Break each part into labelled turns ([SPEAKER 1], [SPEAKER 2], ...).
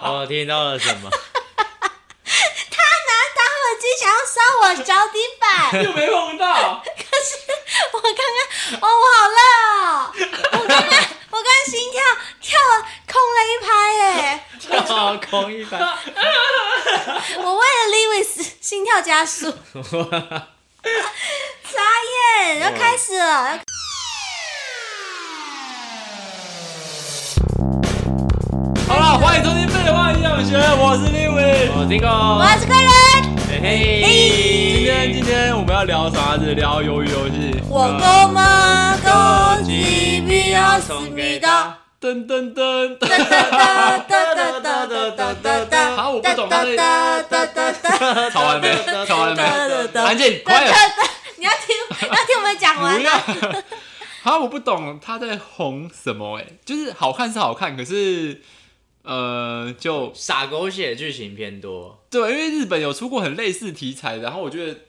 [SPEAKER 1] 哦
[SPEAKER 2] 我听到了什 么？
[SPEAKER 3] 耳机想要烧我脚底板，
[SPEAKER 1] 又没碰 到，
[SPEAKER 3] 我刚刚哦，我好热哦，我刚刚我刚刚心跳跳了空了一拍耶，
[SPEAKER 2] 跳空一拍，
[SPEAKER 3] 我为了 Lewis 心跳加速，傻眼，要开始了。要
[SPEAKER 1] 好了，欢迎收听《废话营养学》，我是立伟。
[SPEAKER 2] 我这
[SPEAKER 3] 我
[SPEAKER 2] 个，
[SPEAKER 3] 是贵人，
[SPEAKER 2] 嘿，
[SPEAKER 1] 今天今天我们要聊啥子？聊鱿鱼游戏。
[SPEAKER 3] 我哥妈高级比要思密达。
[SPEAKER 1] 噔噔噔
[SPEAKER 3] 哒哒哒哒哒哒哒哒哒。
[SPEAKER 1] 好我不懂他的吵完没？吵完没？安静，快点！
[SPEAKER 3] 你要听，你要听我们讲
[SPEAKER 1] 不
[SPEAKER 3] 完
[SPEAKER 1] 要
[SPEAKER 3] 啊。。
[SPEAKER 1] 啊，我不懂他在红什么哎、就是好看是好看，可是呃，就
[SPEAKER 2] 傻狗血剧情偏多，
[SPEAKER 1] 对，因为日本有出过很类似题材的，然后我觉得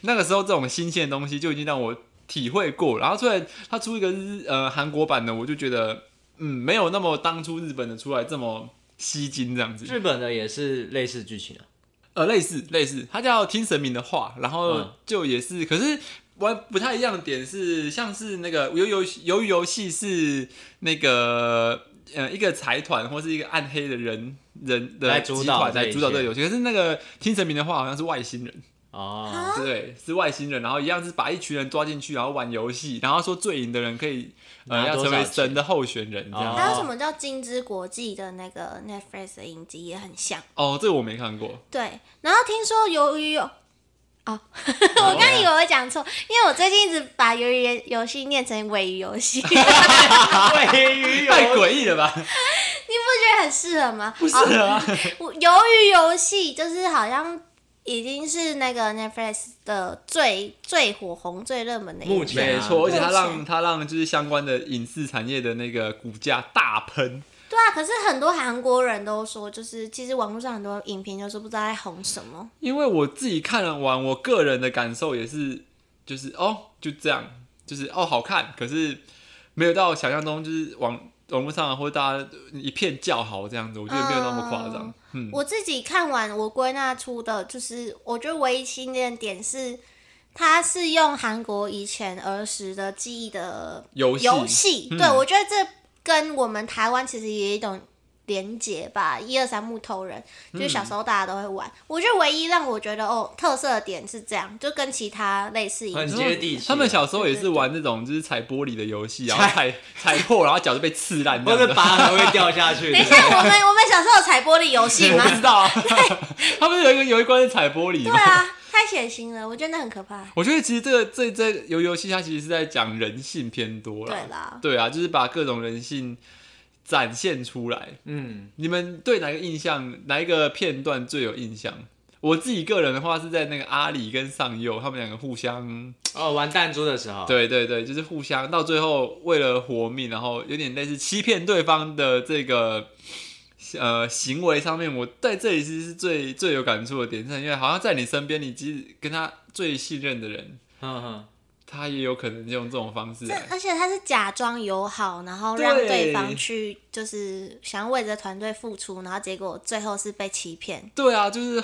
[SPEAKER 1] 那个时候这种新鲜的东西就已经让我体会过，然后虽然他出一个日呃韩国版的，我就觉得嗯，没有那么当初日本的出来这么吸睛这样子，
[SPEAKER 2] 日本的也是类似剧情啊。
[SPEAKER 1] 呃，类似类似，它叫听神明的话，然后
[SPEAKER 2] 嗯
[SPEAKER 1] 就也是，可是玩不太一样的点是，像是那个游游游游戏是那个呃一个财团或是一个暗黑的人人的
[SPEAKER 2] 来主
[SPEAKER 1] 集
[SPEAKER 2] 导
[SPEAKER 1] 团
[SPEAKER 2] 这
[SPEAKER 1] 来
[SPEAKER 2] 一
[SPEAKER 1] 主导这
[SPEAKER 2] 切
[SPEAKER 1] 个游戏，可是那个听神明的话好像是外星人，
[SPEAKER 2] 哦，
[SPEAKER 1] 对，是外星人，然后一样是把一群人抓进去，然后玩游戏，然后说最赢的人可以呃
[SPEAKER 2] 拿
[SPEAKER 1] 要
[SPEAKER 2] 多
[SPEAKER 1] 成
[SPEAKER 2] 少
[SPEAKER 1] 为
[SPEAKER 2] 钱
[SPEAKER 1] 神的候选人这样
[SPEAKER 2] 哦
[SPEAKER 1] 子。
[SPEAKER 3] 还有什么叫《金枝国际》的那个 Netflix 的影集也很像。
[SPEAKER 1] 哦，这个我没看过，
[SPEAKER 3] 对，然后听说鱿鱼有。哦，我刚以为我讲错，因为我最近一直把鱿鱼游戏念成尾鱼游戏，你不觉
[SPEAKER 2] 喂鱼
[SPEAKER 1] 太诡异了吧？
[SPEAKER 3] 得很适合吗？
[SPEAKER 1] 不是啊，
[SPEAKER 3] 我鱿鱼游戏就是好像已经是那个 Netflix 的最最火红、最热门的一
[SPEAKER 2] 目
[SPEAKER 3] 集
[SPEAKER 2] 前
[SPEAKER 1] 没
[SPEAKER 2] 啊
[SPEAKER 1] 错，而且它
[SPEAKER 3] 目
[SPEAKER 1] 让
[SPEAKER 3] 前
[SPEAKER 1] 它让就是相关的影视产业的那个股价大喷。
[SPEAKER 3] 对啊，可是很多韩国人都说，就是其实网络上很多影评就是不知道在红什么。
[SPEAKER 1] 因为我自己看了完，我个人的感受也是，就是哦，就这样，就是哦，好看，可是没有到想象中，就是网网络上或者大家一片叫好这样子，我觉得没有那么夸张。嗯，
[SPEAKER 3] 我自己看完，我归纳出的就是，我觉得唯一新的点是，它是用韩国以前儿时的记忆的
[SPEAKER 1] 游戏嗯
[SPEAKER 3] 游戏。对，我觉得这跟我们台湾其实也有一种连结吧。一二三木头人，
[SPEAKER 1] 嗯
[SPEAKER 3] 就是小时候大家都会玩。我觉得唯一让我觉得哦特色的点是这样，就跟其他类似一样
[SPEAKER 2] 很。接地气啊
[SPEAKER 1] 他们小时候也是玩那种就是踩玻璃的游戏，然后踩踩破，然后脚就被刺烂这
[SPEAKER 2] 或
[SPEAKER 1] 样
[SPEAKER 2] 者
[SPEAKER 1] 子。
[SPEAKER 2] 拔河会掉下去。
[SPEAKER 3] 等一下， 我们我们小时候有踩玻璃游戏
[SPEAKER 1] 我
[SPEAKER 3] 吗
[SPEAKER 1] 不？知道啊，他们有一个有一关是踩玻璃
[SPEAKER 3] 对
[SPEAKER 1] 嘛。
[SPEAKER 3] 啊，太血腥了，我觉得那很可怕。
[SPEAKER 1] 我觉得其实这个这这游游戏它其实是在讲人性偏多了，
[SPEAKER 3] 对啦
[SPEAKER 1] 对啊，就是把各种人性展现出来。
[SPEAKER 2] 嗯，
[SPEAKER 1] 你们对哪个印象，哪一个片段最有印象？我自己个人的话是在那个阿里跟上佑他们两个互相，
[SPEAKER 2] 哦，玩弹珠的时候，
[SPEAKER 1] 对对对，就是互相到最后为了活命，然后有点类似欺骗对方的这个呃行为上面，我在这里其实是最最有感触的点，是因为好像在你身边，你即使跟他最信任的人，
[SPEAKER 2] 嗯哼，
[SPEAKER 1] 他也有可能用这种方式
[SPEAKER 3] 这
[SPEAKER 1] 来。
[SPEAKER 3] 而且他是假装友好，然后让
[SPEAKER 1] 对
[SPEAKER 3] 对方去就是想要为这团队付出，然后结果最后是被欺骗。
[SPEAKER 1] 对啊，就是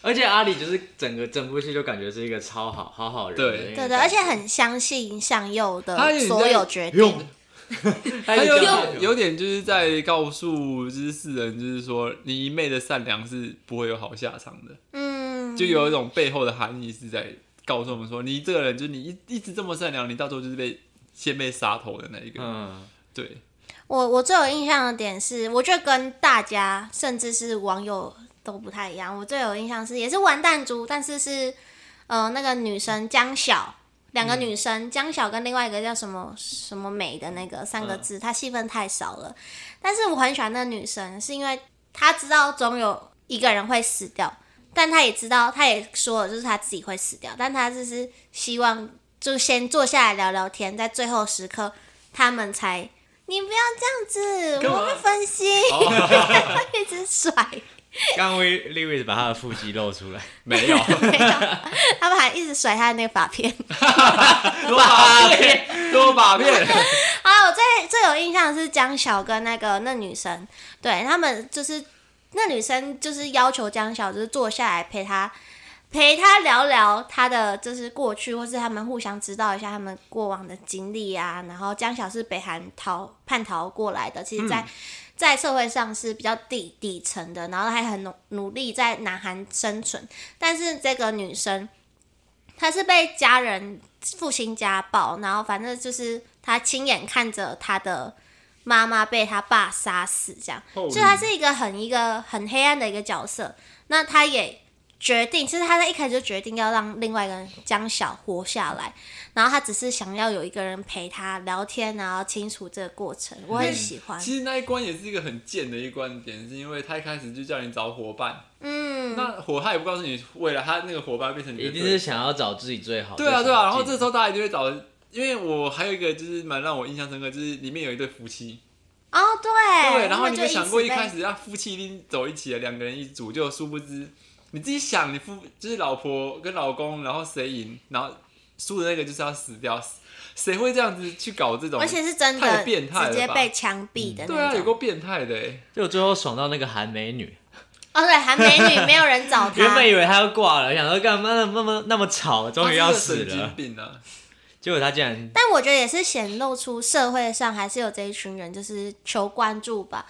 [SPEAKER 2] 而且阿里就是整个整部戏就感觉是一个超好好好人的
[SPEAKER 1] 对
[SPEAKER 2] 那个感觉，
[SPEAKER 3] 对对，而且很相信向右的
[SPEAKER 1] 他也
[SPEAKER 3] 所有决定。
[SPEAKER 2] 他
[SPEAKER 1] 他
[SPEAKER 2] 一直
[SPEAKER 1] 有
[SPEAKER 2] 叫他
[SPEAKER 1] 点有点就是在告诉就是世人，就是说你一昧的善良是不会有好下场的，
[SPEAKER 3] 嗯，
[SPEAKER 1] 就有一种背后的含义是在告诉我们说，你这个人就是你一一直这么善良，你到最后就是被先被杀头的那一个。
[SPEAKER 2] 嗯，
[SPEAKER 1] 对，
[SPEAKER 3] 我我最有印象的点是，我觉得跟大家甚至是网友都不太一样。我最有印象是也是玩弹珠，但是是呃那个女生江晓，两个女生、江晓跟另外一个叫什么什么美的那个三个字，她戏份太少了。但是我很喜欢那个女生，是因为她知道总有一个人会死掉，但她也知道，她也说了，就是她自己会死掉，但她就是希望就先坐下来聊聊天，在最后时刻他们才。你不要这样子，
[SPEAKER 1] 干嘛 哦
[SPEAKER 3] 我会分心，一直甩。
[SPEAKER 2] 刚刚 Wi- Lewis 把他的腹肌露出来，
[SPEAKER 1] 没有，
[SPEAKER 3] 啊他们还一直甩他的那个发片。
[SPEAKER 1] 多把片，多把片，
[SPEAKER 3] 啊，我最最有印象的是江晓跟那个那女生，对他们就是那女生就是要求江晓就是坐下来陪他陪他聊聊他的就是过去，或是他们互相知道一下他们过往的经历啊。然后江晓是北韩逃叛逃过来的，其实在、在社会上是比较底底层的，然后还很努努力在南韩生存。但是这个女生，她是被家人父亲家暴，然后反正就是她亲眼看着她的妈妈被她爸杀死，这样，
[SPEAKER 1] Holy
[SPEAKER 3] 所以她是一个很一个很黑暗的一个角色。那她也决定，其实她在一开始就决定要让另外一个人江晓活下来，然后她只是想要有一个人陪她聊天，然后清楚这个过程。我很喜 欢，
[SPEAKER 1] 其实那一关也是一个很贱的一关点，是因为他一开始就叫你找伙伴，
[SPEAKER 3] 嗯，
[SPEAKER 1] 那伙他也不告诉你，为了他那个伙伴变成你的
[SPEAKER 2] 一定
[SPEAKER 1] 对
[SPEAKER 2] 是想要找自己最好的。
[SPEAKER 1] 对啊，对啊。然后这时候大家就会找，因为我还有一个就是蛮让我印象深刻，就是里面有一对夫妻，
[SPEAKER 3] 哦对，
[SPEAKER 1] 对，然
[SPEAKER 3] 他
[SPEAKER 1] 后
[SPEAKER 3] 们
[SPEAKER 1] 你
[SPEAKER 3] 就
[SPEAKER 1] 没想过
[SPEAKER 3] 直
[SPEAKER 1] 一
[SPEAKER 3] 被
[SPEAKER 1] 开始啊夫妻一定走一起的，两个人一组，就殊不知你自己想，你夫就是老婆跟老公，然后谁赢，然后输的那个就是要死掉，谁会这样子去搞这种
[SPEAKER 3] 而？且是真
[SPEAKER 1] 太
[SPEAKER 3] 的
[SPEAKER 1] 变态了吧
[SPEAKER 3] 直接被枪毙的
[SPEAKER 1] 对啊，
[SPEAKER 3] 那
[SPEAKER 1] 有
[SPEAKER 3] 种。
[SPEAKER 1] 够变态的欸，
[SPEAKER 2] 就最后爽到那个韩美女，
[SPEAKER 3] 哦，对，韩美女没有人 找
[SPEAKER 2] 原
[SPEAKER 3] 他
[SPEAKER 2] 本，以为她要挂了，想说干嘛那么那么那么吵，终于要死
[SPEAKER 1] 他是个神经
[SPEAKER 2] 了，
[SPEAKER 1] 病啊！
[SPEAKER 2] 结果她竟然
[SPEAKER 3] 但我觉得也是显露出社会上还是有这一群人就是求关注吧。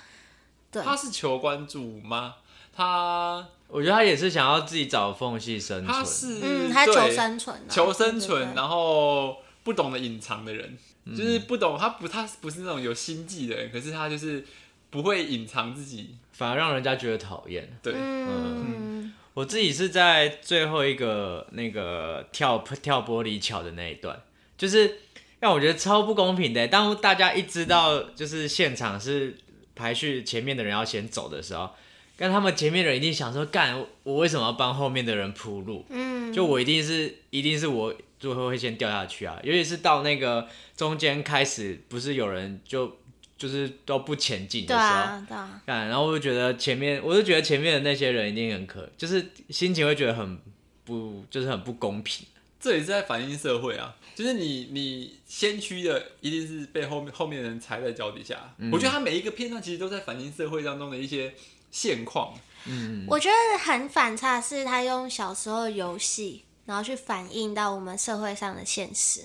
[SPEAKER 3] 对，
[SPEAKER 1] 他是求关注吗？他
[SPEAKER 2] 我觉得他也是想要自己找缝隙生
[SPEAKER 1] 他
[SPEAKER 2] 存，
[SPEAKER 1] 是
[SPEAKER 3] 嗯，他求
[SPEAKER 1] 对
[SPEAKER 3] 生存啊、
[SPEAKER 1] 求生存，
[SPEAKER 3] 对
[SPEAKER 1] 然后不懂得隐藏的人，
[SPEAKER 2] 嗯
[SPEAKER 1] 就是不懂他不他不是那种有心计的人，可是他就是不会隐藏自己。
[SPEAKER 2] 反而让人家觉得讨厌。
[SPEAKER 1] 对，
[SPEAKER 3] 对对嗯，
[SPEAKER 2] 我自己是在最后一个那个跳跳玻璃桥的那一段，就是让我觉得超不公平的。欸当大家一知道就是现场是排序前面的人要先走的时候，但他们前面的人一定想说，干我为什么要帮后面的人铺路？
[SPEAKER 3] 嗯，
[SPEAKER 2] 就我一定是一定是我最后会先掉下去啊，尤其是到那个中间开始，不是有人就就是都不前进的
[SPEAKER 3] 对
[SPEAKER 2] 时候，
[SPEAKER 3] 啊，对啊，
[SPEAKER 2] 干然后我就觉得前面，我就觉得前面的那些人一定很可，就是心情会觉得很不，就是很不公平。
[SPEAKER 1] 这也是在反映社会啊，就是你你先驱的一定是被后面后面的人踩在脚底下。
[SPEAKER 2] 嗯
[SPEAKER 1] 我觉得他每一个片段其实都在反映社会当中的一些现况。嗯
[SPEAKER 3] 我觉得很反差的是，他用小时候的游戏，然后去反映到我们社会上的现实。
[SPEAKER 1] 嗯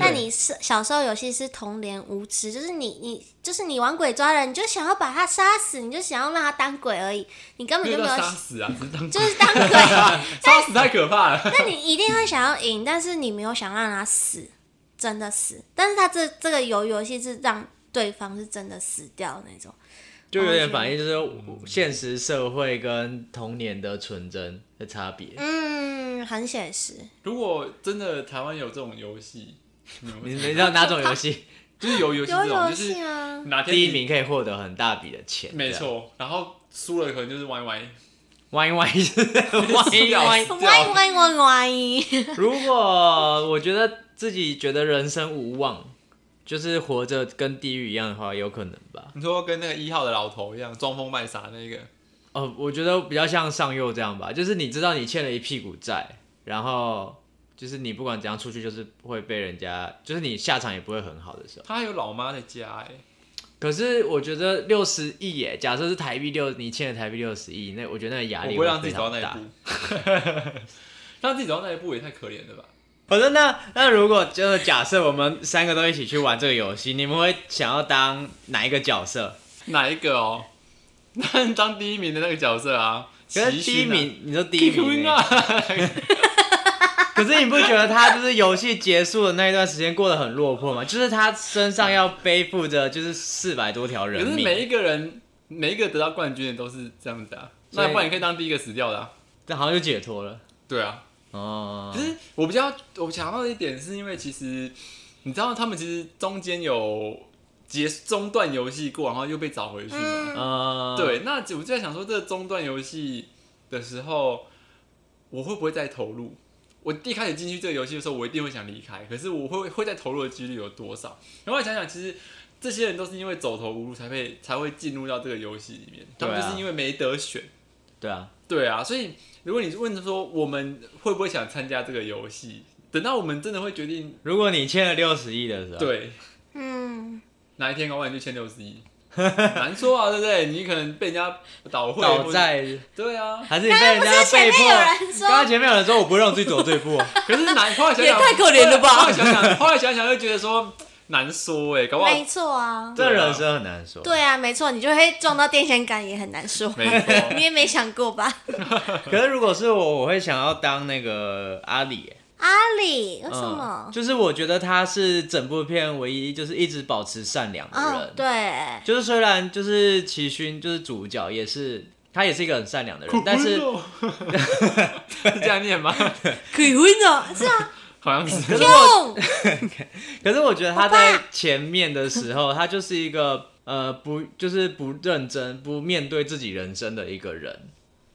[SPEAKER 3] 但你是小时候游戏是童年无知，就是你你就是你玩鬼抓人，你就想要把他杀死，你就想要让他当鬼而已，你根本
[SPEAKER 1] 没
[SPEAKER 3] 就
[SPEAKER 1] 有
[SPEAKER 3] 没
[SPEAKER 1] 到
[SPEAKER 3] 有
[SPEAKER 1] 杀死 啊，只是当
[SPEAKER 3] 就是当鬼，
[SPEAKER 1] 杀死太可怕了。
[SPEAKER 3] 那你一定会想要赢，但是你没有想让他死，真的死。但是他这这个游游戏是让对方是真的死掉那种。
[SPEAKER 2] 就有点反映就是现实社会跟童年的纯真的差别。
[SPEAKER 3] 嗯，很写实。
[SPEAKER 1] 如果真的台湾有这种游戏，你们
[SPEAKER 2] 你你知道哪种游戏
[SPEAKER 1] 就是有游戏
[SPEAKER 3] 有
[SPEAKER 1] 这种，
[SPEAKER 3] 游
[SPEAKER 1] 就是
[SPEAKER 3] 戏啊，
[SPEAKER 1] 哪天
[SPEAKER 2] 第一
[SPEAKER 1] 你
[SPEAKER 2] 名可以获得很大笔的钱？
[SPEAKER 1] 没错，然后输了可能就是 YY，
[SPEAKER 2] 这样，歪歪 歪
[SPEAKER 1] 掉
[SPEAKER 2] 歪
[SPEAKER 3] 歪歪歪歪。
[SPEAKER 2] 如果我觉得自己觉得人生无望，就是活着跟地狱一样的话，有可能吧。
[SPEAKER 1] 你说跟那个一号的老头一样，装疯卖傻那个，
[SPEAKER 2] 哦，我觉得比较像上佑这样吧，就是你知道你欠了一屁股债，然后就是你不管怎样出去，就是会被人家，就是你下场也不会很好的时候。
[SPEAKER 1] 他还有老妈的家哎、
[SPEAKER 2] 可是我觉得六十亿耶，假设是台币六，你欠了台币六十亿，那我觉得那个压
[SPEAKER 1] 我
[SPEAKER 2] 力
[SPEAKER 1] 不会让自己
[SPEAKER 2] 非
[SPEAKER 1] 走
[SPEAKER 2] 常
[SPEAKER 1] 到那
[SPEAKER 2] 大
[SPEAKER 1] 一。步， 让自己走到那一步也太可怜了吧？
[SPEAKER 2] 反正那那如果就是假设我们三个都一起去玩这个游戏，你们会想要当哪一个角色？
[SPEAKER 1] 哪一个哦？ 那当第一名的那个角色啊，
[SPEAKER 2] 可是第一名，你说第一
[SPEAKER 1] 齐
[SPEAKER 2] 名
[SPEAKER 1] 勋
[SPEAKER 2] 欸、
[SPEAKER 1] 啊，
[SPEAKER 2] 可是你不觉得他就是游戏结束的那一段时间过得很落魄吗？就是他身上要背负着就是四百多条
[SPEAKER 1] 可
[SPEAKER 2] 人
[SPEAKER 1] 是
[SPEAKER 2] 命，
[SPEAKER 1] 每一个人每一个得到冠军的都是这样子啊，
[SPEAKER 2] 所以
[SPEAKER 1] 那不然你可以当第一个死掉的、啊，
[SPEAKER 2] 这好像就解脱了
[SPEAKER 1] 对啊，
[SPEAKER 2] 哦
[SPEAKER 1] 可。是我比较我想到的一点，是因为其实你知道他们其实中间有结中断游戏过，然后又被找回去嘛。
[SPEAKER 3] 嗯，
[SPEAKER 2] 呃，，
[SPEAKER 1] 对，那我就在想说，这个中断游戏的时候，我会不会再投入？我一开始进去这个游戏的时候，我一定会想离开，可是我会会再投入的几率有多少？然后我想想，其实这些人都是因为走投无路才会才会进入到这个游戏里面，他们
[SPEAKER 2] 对啊
[SPEAKER 1] 就是因为没得选，
[SPEAKER 2] 对啊，
[SPEAKER 1] 对啊，所以如果你问说我们会不会想参加这个游戏，等到我们真的会决定，
[SPEAKER 2] 如果你欠了六十亿的时候，，
[SPEAKER 1] 对，
[SPEAKER 3] 嗯，
[SPEAKER 1] 哪一天搞不好你就欠六十亿， 难说啊，对不对？你可能被人家倒会，
[SPEAKER 2] 倒
[SPEAKER 1] 或者
[SPEAKER 2] 债
[SPEAKER 1] 对啊。
[SPEAKER 2] 还是你被人家被迫。
[SPEAKER 3] 刚刚不是前面有人说
[SPEAKER 2] 刚刚前面有人说我不会让自己走这一 步、啊，
[SPEAKER 1] 可是难，后来想
[SPEAKER 4] 也
[SPEAKER 1] 想
[SPEAKER 4] 太可怜了吧
[SPEAKER 1] 后来想想，后来想想又觉得说难说哎，搞不好
[SPEAKER 3] 没错啊，
[SPEAKER 2] 这人生很难说。
[SPEAKER 3] 对啊，没错，你就会撞到电线杆，也很难说。
[SPEAKER 1] 没错
[SPEAKER 3] 你也没想过吧？
[SPEAKER 2] 可是如果是我，我会想要当那个阿里、欸
[SPEAKER 3] 阿里为什么
[SPEAKER 2] 嗯？？就是我觉得他是整部片唯一就是一直保持善良的
[SPEAKER 3] 哦
[SPEAKER 2] 人。，
[SPEAKER 3] 对，
[SPEAKER 2] 就是虽然就是齐勋就是主角也是。他也是一个很善良的人，但是
[SPEAKER 1] 哦 是这样念吗？
[SPEAKER 4] 可以混哦，
[SPEAKER 3] 是啊，
[SPEAKER 1] 好像是。
[SPEAKER 3] 用
[SPEAKER 2] 可是我觉得他
[SPEAKER 3] 我爸
[SPEAKER 2] 在前面的时候，他就是一个呃不就是不认真、不面对自己人生的一个人，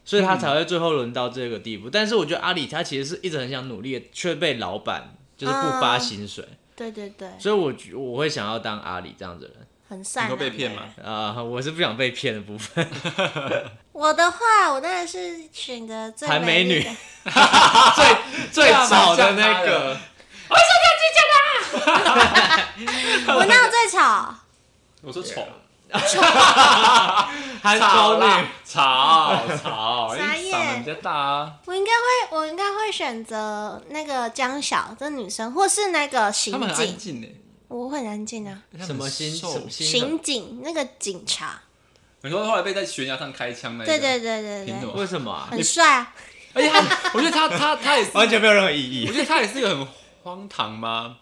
[SPEAKER 2] 所以他才会最后沦到这个地步。但是我觉得阿里他其实是一直很想努力的，却被老板就是不
[SPEAKER 3] 嗯
[SPEAKER 2] 发薪水，
[SPEAKER 3] 对对对，
[SPEAKER 2] 所以我觉我会想要当阿里这样子的人。
[SPEAKER 3] 很善
[SPEAKER 1] 你
[SPEAKER 3] 良。
[SPEAKER 1] 会被骗吗？
[SPEAKER 2] 啊、我是不想被骗的部分。
[SPEAKER 3] 我的话，我当然是选择最
[SPEAKER 2] 韩美
[SPEAKER 3] 丽
[SPEAKER 2] 女
[SPEAKER 3] 的。
[SPEAKER 2] 最早的那 个，
[SPEAKER 3] 我那最吵，
[SPEAKER 1] 我说丑，
[SPEAKER 2] 韩哎超女，
[SPEAKER 1] 吵吵，
[SPEAKER 3] 傻眼
[SPEAKER 1] 你嗓门比较大啊。
[SPEAKER 3] 我应该会，我应该会选择那个江晓这女生，或是那个
[SPEAKER 1] 他
[SPEAKER 3] 刑
[SPEAKER 1] 们很安
[SPEAKER 3] 警。
[SPEAKER 1] 静呢，
[SPEAKER 3] 我会很安静啊，
[SPEAKER 1] 他们
[SPEAKER 2] 什么新
[SPEAKER 1] 很瘦
[SPEAKER 2] 什么新
[SPEAKER 3] 刑警那个警察，
[SPEAKER 1] 你说后来被在悬崖上开枪那一个
[SPEAKER 3] 对对对对
[SPEAKER 1] 凭什
[SPEAKER 3] 对，
[SPEAKER 1] 么？
[SPEAKER 2] 为什么、啊？
[SPEAKER 3] 很帅啊。
[SPEAKER 1] 而且他，我觉得他他 他也是，我
[SPEAKER 2] 完全没有任何意义。
[SPEAKER 1] 觉得他也是一个很荒唐吗？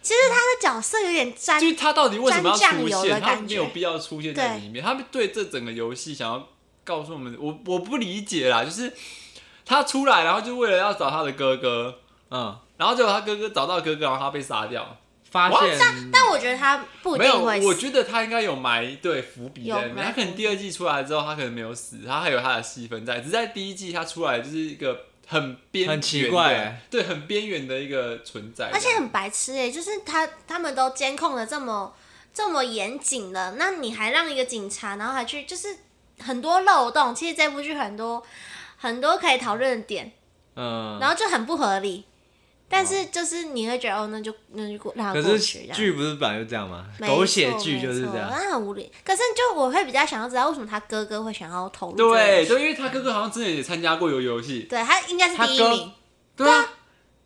[SPEAKER 3] 其实他的角色有点沾
[SPEAKER 1] 就是他到底为什么要
[SPEAKER 3] 啊沾酱
[SPEAKER 1] 出
[SPEAKER 3] 油
[SPEAKER 1] 现？
[SPEAKER 3] 的
[SPEAKER 1] 他
[SPEAKER 3] 感觉
[SPEAKER 1] 没有必要出现在里面。他们对这整个游戏想要告诉我们，我我不理解啦，就是他出来，然后就为了要找他的哥哥，
[SPEAKER 2] 嗯，
[SPEAKER 1] 然后结果他哥哥找到哥哥，然后他被杀掉。
[SPEAKER 2] 发现
[SPEAKER 3] 但我觉得他不一
[SPEAKER 1] 没有，
[SPEAKER 3] 定会
[SPEAKER 1] 我
[SPEAKER 3] 死，
[SPEAKER 1] 觉得他应该有埋对伏笔在里
[SPEAKER 3] 有
[SPEAKER 1] 面。
[SPEAKER 3] 埋
[SPEAKER 1] 他可能第二季出来之后，他可能没有死，他还有他的戏份在。只是在第一季他出来就是一个很边缘的
[SPEAKER 2] 很奇怪欸
[SPEAKER 1] 对，很边缘的一个存在。
[SPEAKER 3] 而且很白痴哎、就是他他们都监控的这么这么严谨了，那你还让一个警察，然后还去就是很多漏洞，其实这部剧很多很多可以讨论的点，
[SPEAKER 2] 嗯，
[SPEAKER 3] 然后就很不合理。但是就是你会觉得哦，那就那就过让
[SPEAKER 2] 可
[SPEAKER 3] 它过去
[SPEAKER 2] 是
[SPEAKER 3] 这样。
[SPEAKER 2] 剧不是本来就这样吗？
[SPEAKER 3] 没
[SPEAKER 2] 狗血
[SPEAKER 3] 错
[SPEAKER 2] 剧就是
[SPEAKER 3] 没错
[SPEAKER 2] 这样。
[SPEAKER 3] 那很无理。可是就我会比较想要知道为什么他哥哥会想要投入这个游
[SPEAKER 1] 对，
[SPEAKER 3] 戏，
[SPEAKER 1] 就因为他哥哥好像真的也参加过游游戏，
[SPEAKER 3] 对他应该是
[SPEAKER 2] 他
[SPEAKER 3] 第一
[SPEAKER 2] 哥
[SPEAKER 3] 名。
[SPEAKER 1] 对啊，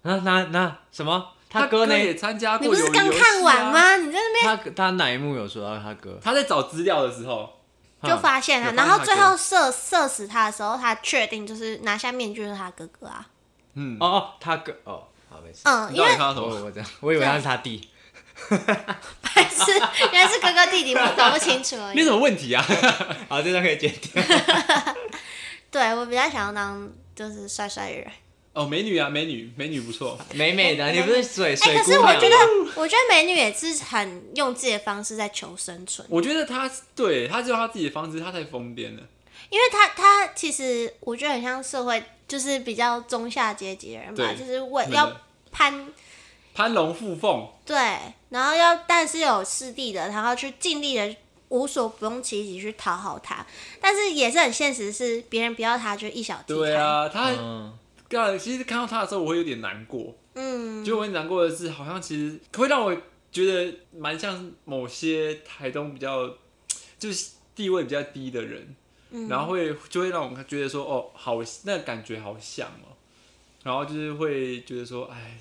[SPEAKER 2] 啊，那那什么？他
[SPEAKER 1] 哥
[SPEAKER 2] 哥呢？
[SPEAKER 1] 也参加过、
[SPEAKER 3] 你
[SPEAKER 1] 游啊
[SPEAKER 3] 不是刚看完？
[SPEAKER 2] 啊
[SPEAKER 3] 吗？你在那边。
[SPEAKER 2] 他他哪一幕有说到他哥？
[SPEAKER 1] 他在找资料的时候，
[SPEAKER 3] 就发现他，
[SPEAKER 1] 有嗯
[SPEAKER 3] 然
[SPEAKER 1] 发现他
[SPEAKER 3] 后最后射射死他的时候，他确定就是拿下面具是他哥哥啊。
[SPEAKER 1] 嗯，
[SPEAKER 2] 哦哦，他哥哦，好没事。
[SPEAKER 3] 嗯，
[SPEAKER 1] 你
[SPEAKER 3] 因
[SPEAKER 1] 到底
[SPEAKER 3] 为
[SPEAKER 1] 看到什
[SPEAKER 2] 我
[SPEAKER 1] 么？
[SPEAKER 2] 我这样，我以为他是他弟。
[SPEAKER 3] 还是 原来是哥哥弟弟，我搞不清楚而
[SPEAKER 1] 你
[SPEAKER 3] 已。
[SPEAKER 1] 有什么问题啊？
[SPEAKER 2] 好，这段可以剪掉。
[SPEAKER 3] 对我比较想要当就是帅帅的人，
[SPEAKER 1] 哦，美女啊，美女，美女不错。
[SPEAKER 2] 美美的，你不是水
[SPEAKER 3] 哎、
[SPEAKER 2] 水姑
[SPEAKER 3] 可是
[SPEAKER 2] 娘
[SPEAKER 3] 我
[SPEAKER 2] 吗？
[SPEAKER 3] 觉得我觉得美女也是很用自己的方式在求生存，
[SPEAKER 1] 我觉得他对他只有他自己的方式，他太疯癫了。
[SPEAKER 3] 因为她她其实我觉得很像社会就是比较中下阶级的人吧，
[SPEAKER 1] 对
[SPEAKER 3] 就是为
[SPEAKER 1] 真的
[SPEAKER 3] 要攀
[SPEAKER 1] 攀龙附凤，
[SPEAKER 3] 对，然后要但是有师弟的，然后去尽力的无所不用其极去讨好他，但是也是很现实，是别人不要他就一小题材。
[SPEAKER 1] 对，啊，他
[SPEAKER 2] 嗯，
[SPEAKER 1] 刚其实看到他的时候，我会有点难过。
[SPEAKER 3] 嗯，
[SPEAKER 1] 就我很难过的是，好像其实会让我觉得蛮像某些台东比较就是地位比较低的人，
[SPEAKER 3] 嗯
[SPEAKER 1] 然后会就会让我觉得说，哦，好，那感觉好像哦，然后就是会觉得说，哎，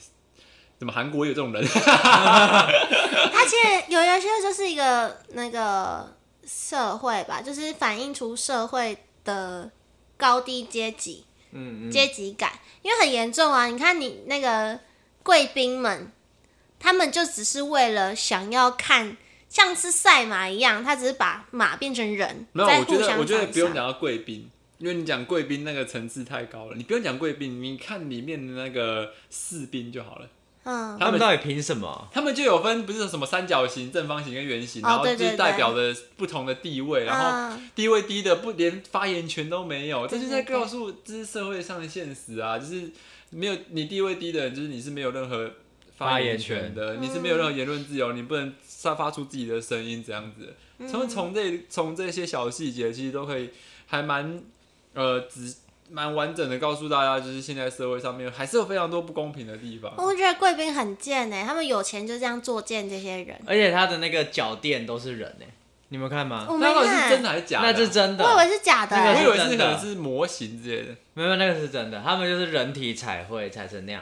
[SPEAKER 1] 怎么韩国也有这种人？
[SPEAKER 3] 他其实有一些就是一个那个社会吧，就是反映出社会的高低阶级，
[SPEAKER 2] 嗯
[SPEAKER 3] 阶级感，因为很严重啊。你看你那个贵宾们，他们就只是为了想要看。像是赛马一样，他只是把马变成人，
[SPEAKER 1] 没有，
[SPEAKER 3] 在
[SPEAKER 1] 我觉
[SPEAKER 3] 互
[SPEAKER 1] 得
[SPEAKER 3] 相
[SPEAKER 1] 我觉得
[SPEAKER 3] 残
[SPEAKER 1] 不用
[SPEAKER 3] 杀
[SPEAKER 1] 讲到贵宾，因为你讲贵宾那个层次太高了，你不用讲贵宾，你看里面的那个士兵就好了。
[SPEAKER 3] 嗯，
[SPEAKER 2] 他们到底凭什么？
[SPEAKER 1] 他们就有分，不是有什么三角形、正方形跟圆形，
[SPEAKER 3] 哦
[SPEAKER 1] 然后
[SPEAKER 3] 对
[SPEAKER 1] 就是
[SPEAKER 3] 对
[SPEAKER 1] 代
[SPEAKER 3] 对
[SPEAKER 1] 表的不同的地位，然后
[SPEAKER 3] 嗯
[SPEAKER 1] 地位低的不连发言权都没有，这
[SPEAKER 3] 对
[SPEAKER 1] 就
[SPEAKER 3] 对
[SPEAKER 1] 在告诉这是社会上的现实啊，就是没有你地位低的人，就是你是没有任何
[SPEAKER 2] 发言
[SPEAKER 1] 言
[SPEAKER 2] 权
[SPEAKER 1] 的，你是
[SPEAKER 3] 嗯
[SPEAKER 1] 没有任何言论自由，你不能散发出自己的
[SPEAKER 3] 嗯
[SPEAKER 1] 声音这样子。从从这从这些小细节，其实都可以还蛮呃，只蛮完整的告诉大家，就是现在社会上面还是有非常多不公平的地方。
[SPEAKER 3] 我觉得贵宾很贱哎、他们有钱就这样作践这些人。
[SPEAKER 2] 而且他的那个脚垫都是人呢、欸你们看吗？
[SPEAKER 3] 我没
[SPEAKER 1] 那到底是
[SPEAKER 3] 看，
[SPEAKER 1] 真的还是假的？啊
[SPEAKER 2] 那是真的，
[SPEAKER 3] 哦我以为是假的、
[SPEAKER 2] 那
[SPEAKER 3] 欸。
[SPEAKER 2] 个
[SPEAKER 1] 我以为
[SPEAKER 2] 真
[SPEAKER 1] 是
[SPEAKER 2] 的
[SPEAKER 1] 可能是模型之类的。
[SPEAKER 2] 没有那个是真的，他们就是人体彩绘彩成那样，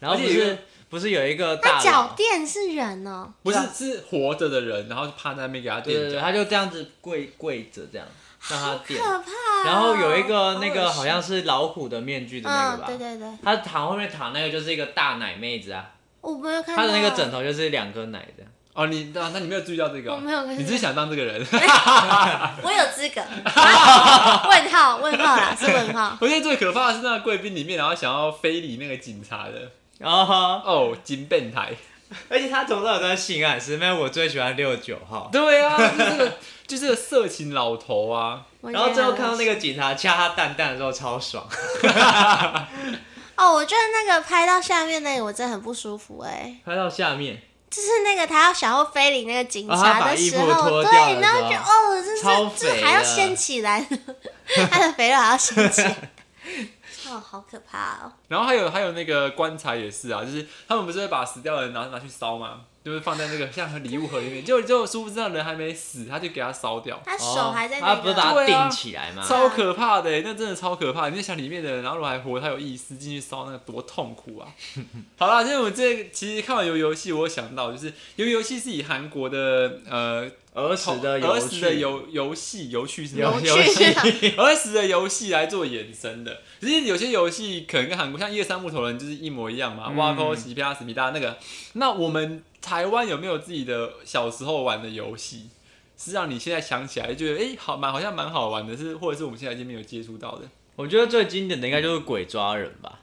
[SPEAKER 2] 然后
[SPEAKER 1] 而
[SPEAKER 2] 不
[SPEAKER 1] 且有一
[SPEAKER 2] 是不是有一个
[SPEAKER 3] 那
[SPEAKER 2] 大
[SPEAKER 3] 脚
[SPEAKER 2] 佬，
[SPEAKER 3] 垫是人哦、
[SPEAKER 1] 不是
[SPEAKER 2] 是啊，
[SPEAKER 1] 是活着的人，然后就趴在那边给他
[SPEAKER 2] 对对
[SPEAKER 1] 垫
[SPEAKER 2] 对，
[SPEAKER 1] 脚。
[SPEAKER 2] 他就这样子跪跪着这样让他垫，
[SPEAKER 3] 可怕哦、
[SPEAKER 2] 然后有一个那
[SPEAKER 1] 好恶
[SPEAKER 2] 个
[SPEAKER 1] 心
[SPEAKER 2] 好像是老虎的面具的那
[SPEAKER 3] 嗯，
[SPEAKER 2] 个吧，
[SPEAKER 3] 对对对，
[SPEAKER 2] 他躺后面躺那个就是一个大奶妹子啊，
[SPEAKER 3] 我没有看到
[SPEAKER 2] 她的那个枕头就是两颗奶这样。
[SPEAKER 1] 哦，你那那你没有注意到这个
[SPEAKER 3] 我
[SPEAKER 1] 哦？
[SPEAKER 3] 没有看
[SPEAKER 1] 你只是想当这个人。
[SPEAKER 3] 我有资 格？问号问号啦，是问号。
[SPEAKER 1] 我觉得最可怕的是那个贵宾里面，然后想要非礼那个警察的。
[SPEAKER 2] 哦，
[SPEAKER 1] 哦，金变态。
[SPEAKER 2] 而且他从到尾都在性暗示，那我最喜欢六九号。
[SPEAKER 1] 对啊，就是这个， 就是这个色情老头啊。
[SPEAKER 3] 我
[SPEAKER 2] 然后最后
[SPEAKER 3] 觉得
[SPEAKER 2] 看到那个警察掐他蛋蛋的时候超爽，
[SPEAKER 3] 哦，我觉得那个拍到下面那个我真的很不舒服哎、
[SPEAKER 2] 拍到下面
[SPEAKER 3] 就是那个他要想要非礼那个警
[SPEAKER 2] 哦他
[SPEAKER 3] 察
[SPEAKER 2] 把
[SPEAKER 3] 的
[SPEAKER 2] 衣服
[SPEAKER 3] 时候，
[SPEAKER 2] 脱掉的
[SPEAKER 3] 对，然后
[SPEAKER 2] 时
[SPEAKER 3] 就
[SPEAKER 2] 候
[SPEAKER 3] 哦，这
[SPEAKER 2] 超
[SPEAKER 3] 是
[SPEAKER 2] 肥
[SPEAKER 3] 这还要
[SPEAKER 2] 的
[SPEAKER 3] 掀 起来，他的肥肉还要掀起来，哦，好可怕哦！
[SPEAKER 1] 然后还有还有那个棺材也是啊，就是他们不是会把死掉的人拿拿去烧吗？就是放在那个像礼物盒里面，结果结果殊不知那人还没死，他就给他烧掉，
[SPEAKER 3] 他手还在
[SPEAKER 2] 哦他
[SPEAKER 3] 那
[SPEAKER 2] 不是
[SPEAKER 3] 个，哦
[SPEAKER 2] 把
[SPEAKER 1] 对啊
[SPEAKER 2] 它钉起来吗？
[SPEAKER 1] 超可怕的欸，那真的超可怕。你在想里面的人，然后如果还活，他有意识进去烧，那个多痛苦啊！好啦，因为我这其实看完游游戏，我有想到就是游游戏是以韩国的呃
[SPEAKER 2] 儿时的
[SPEAKER 1] 儿
[SPEAKER 2] 游
[SPEAKER 1] 时的游游戏游趣是吗
[SPEAKER 2] 游游
[SPEAKER 3] 有
[SPEAKER 2] 戏
[SPEAKER 3] 趣，
[SPEAKER 1] 儿时的游戏来做衍生的。其实有些游戏可能跟韩国像《夜三木头人》就是一模一样嘛，
[SPEAKER 2] 嗯
[SPEAKER 1] 挖沟、洗啪、死皮大那个。那我们台湾有没有自己的小时候玩的游戏，是让你现在想起来就觉得哎、诶好蛮好像蛮好玩的，是或者是我们现在已经没有接触到的？
[SPEAKER 2] 我觉得最经典的应该就是鬼抓人吧，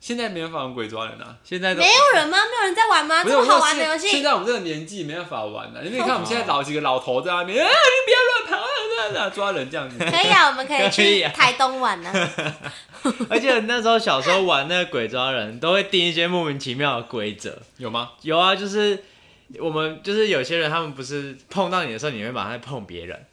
[SPEAKER 1] 现在没办法玩鬼抓人啊，
[SPEAKER 2] 现在都
[SPEAKER 3] 没有人吗？没有人在玩吗？
[SPEAKER 1] 没
[SPEAKER 3] 啊这
[SPEAKER 1] 有
[SPEAKER 3] 么好玩的
[SPEAKER 1] 现
[SPEAKER 3] 游
[SPEAKER 1] 现
[SPEAKER 3] 戏，哦
[SPEAKER 1] 在我们这个年纪没办法玩了、因为你看我们现在老几个老头在那边，啊，你不要乱跑啊，乱乱抓人这样子。
[SPEAKER 3] 可以啊，我们可以
[SPEAKER 2] 可以
[SPEAKER 3] 去
[SPEAKER 2] 啊
[SPEAKER 3] 台东玩呢、啊
[SPEAKER 2] 而且那时候小时候玩那个鬼抓人，都会定一些莫名其妙的规则。
[SPEAKER 1] 有吗？
[SPEAKER 2] 有啊，就是我们就是有些人，他们不是碰到你的时候，你会马上碰别人。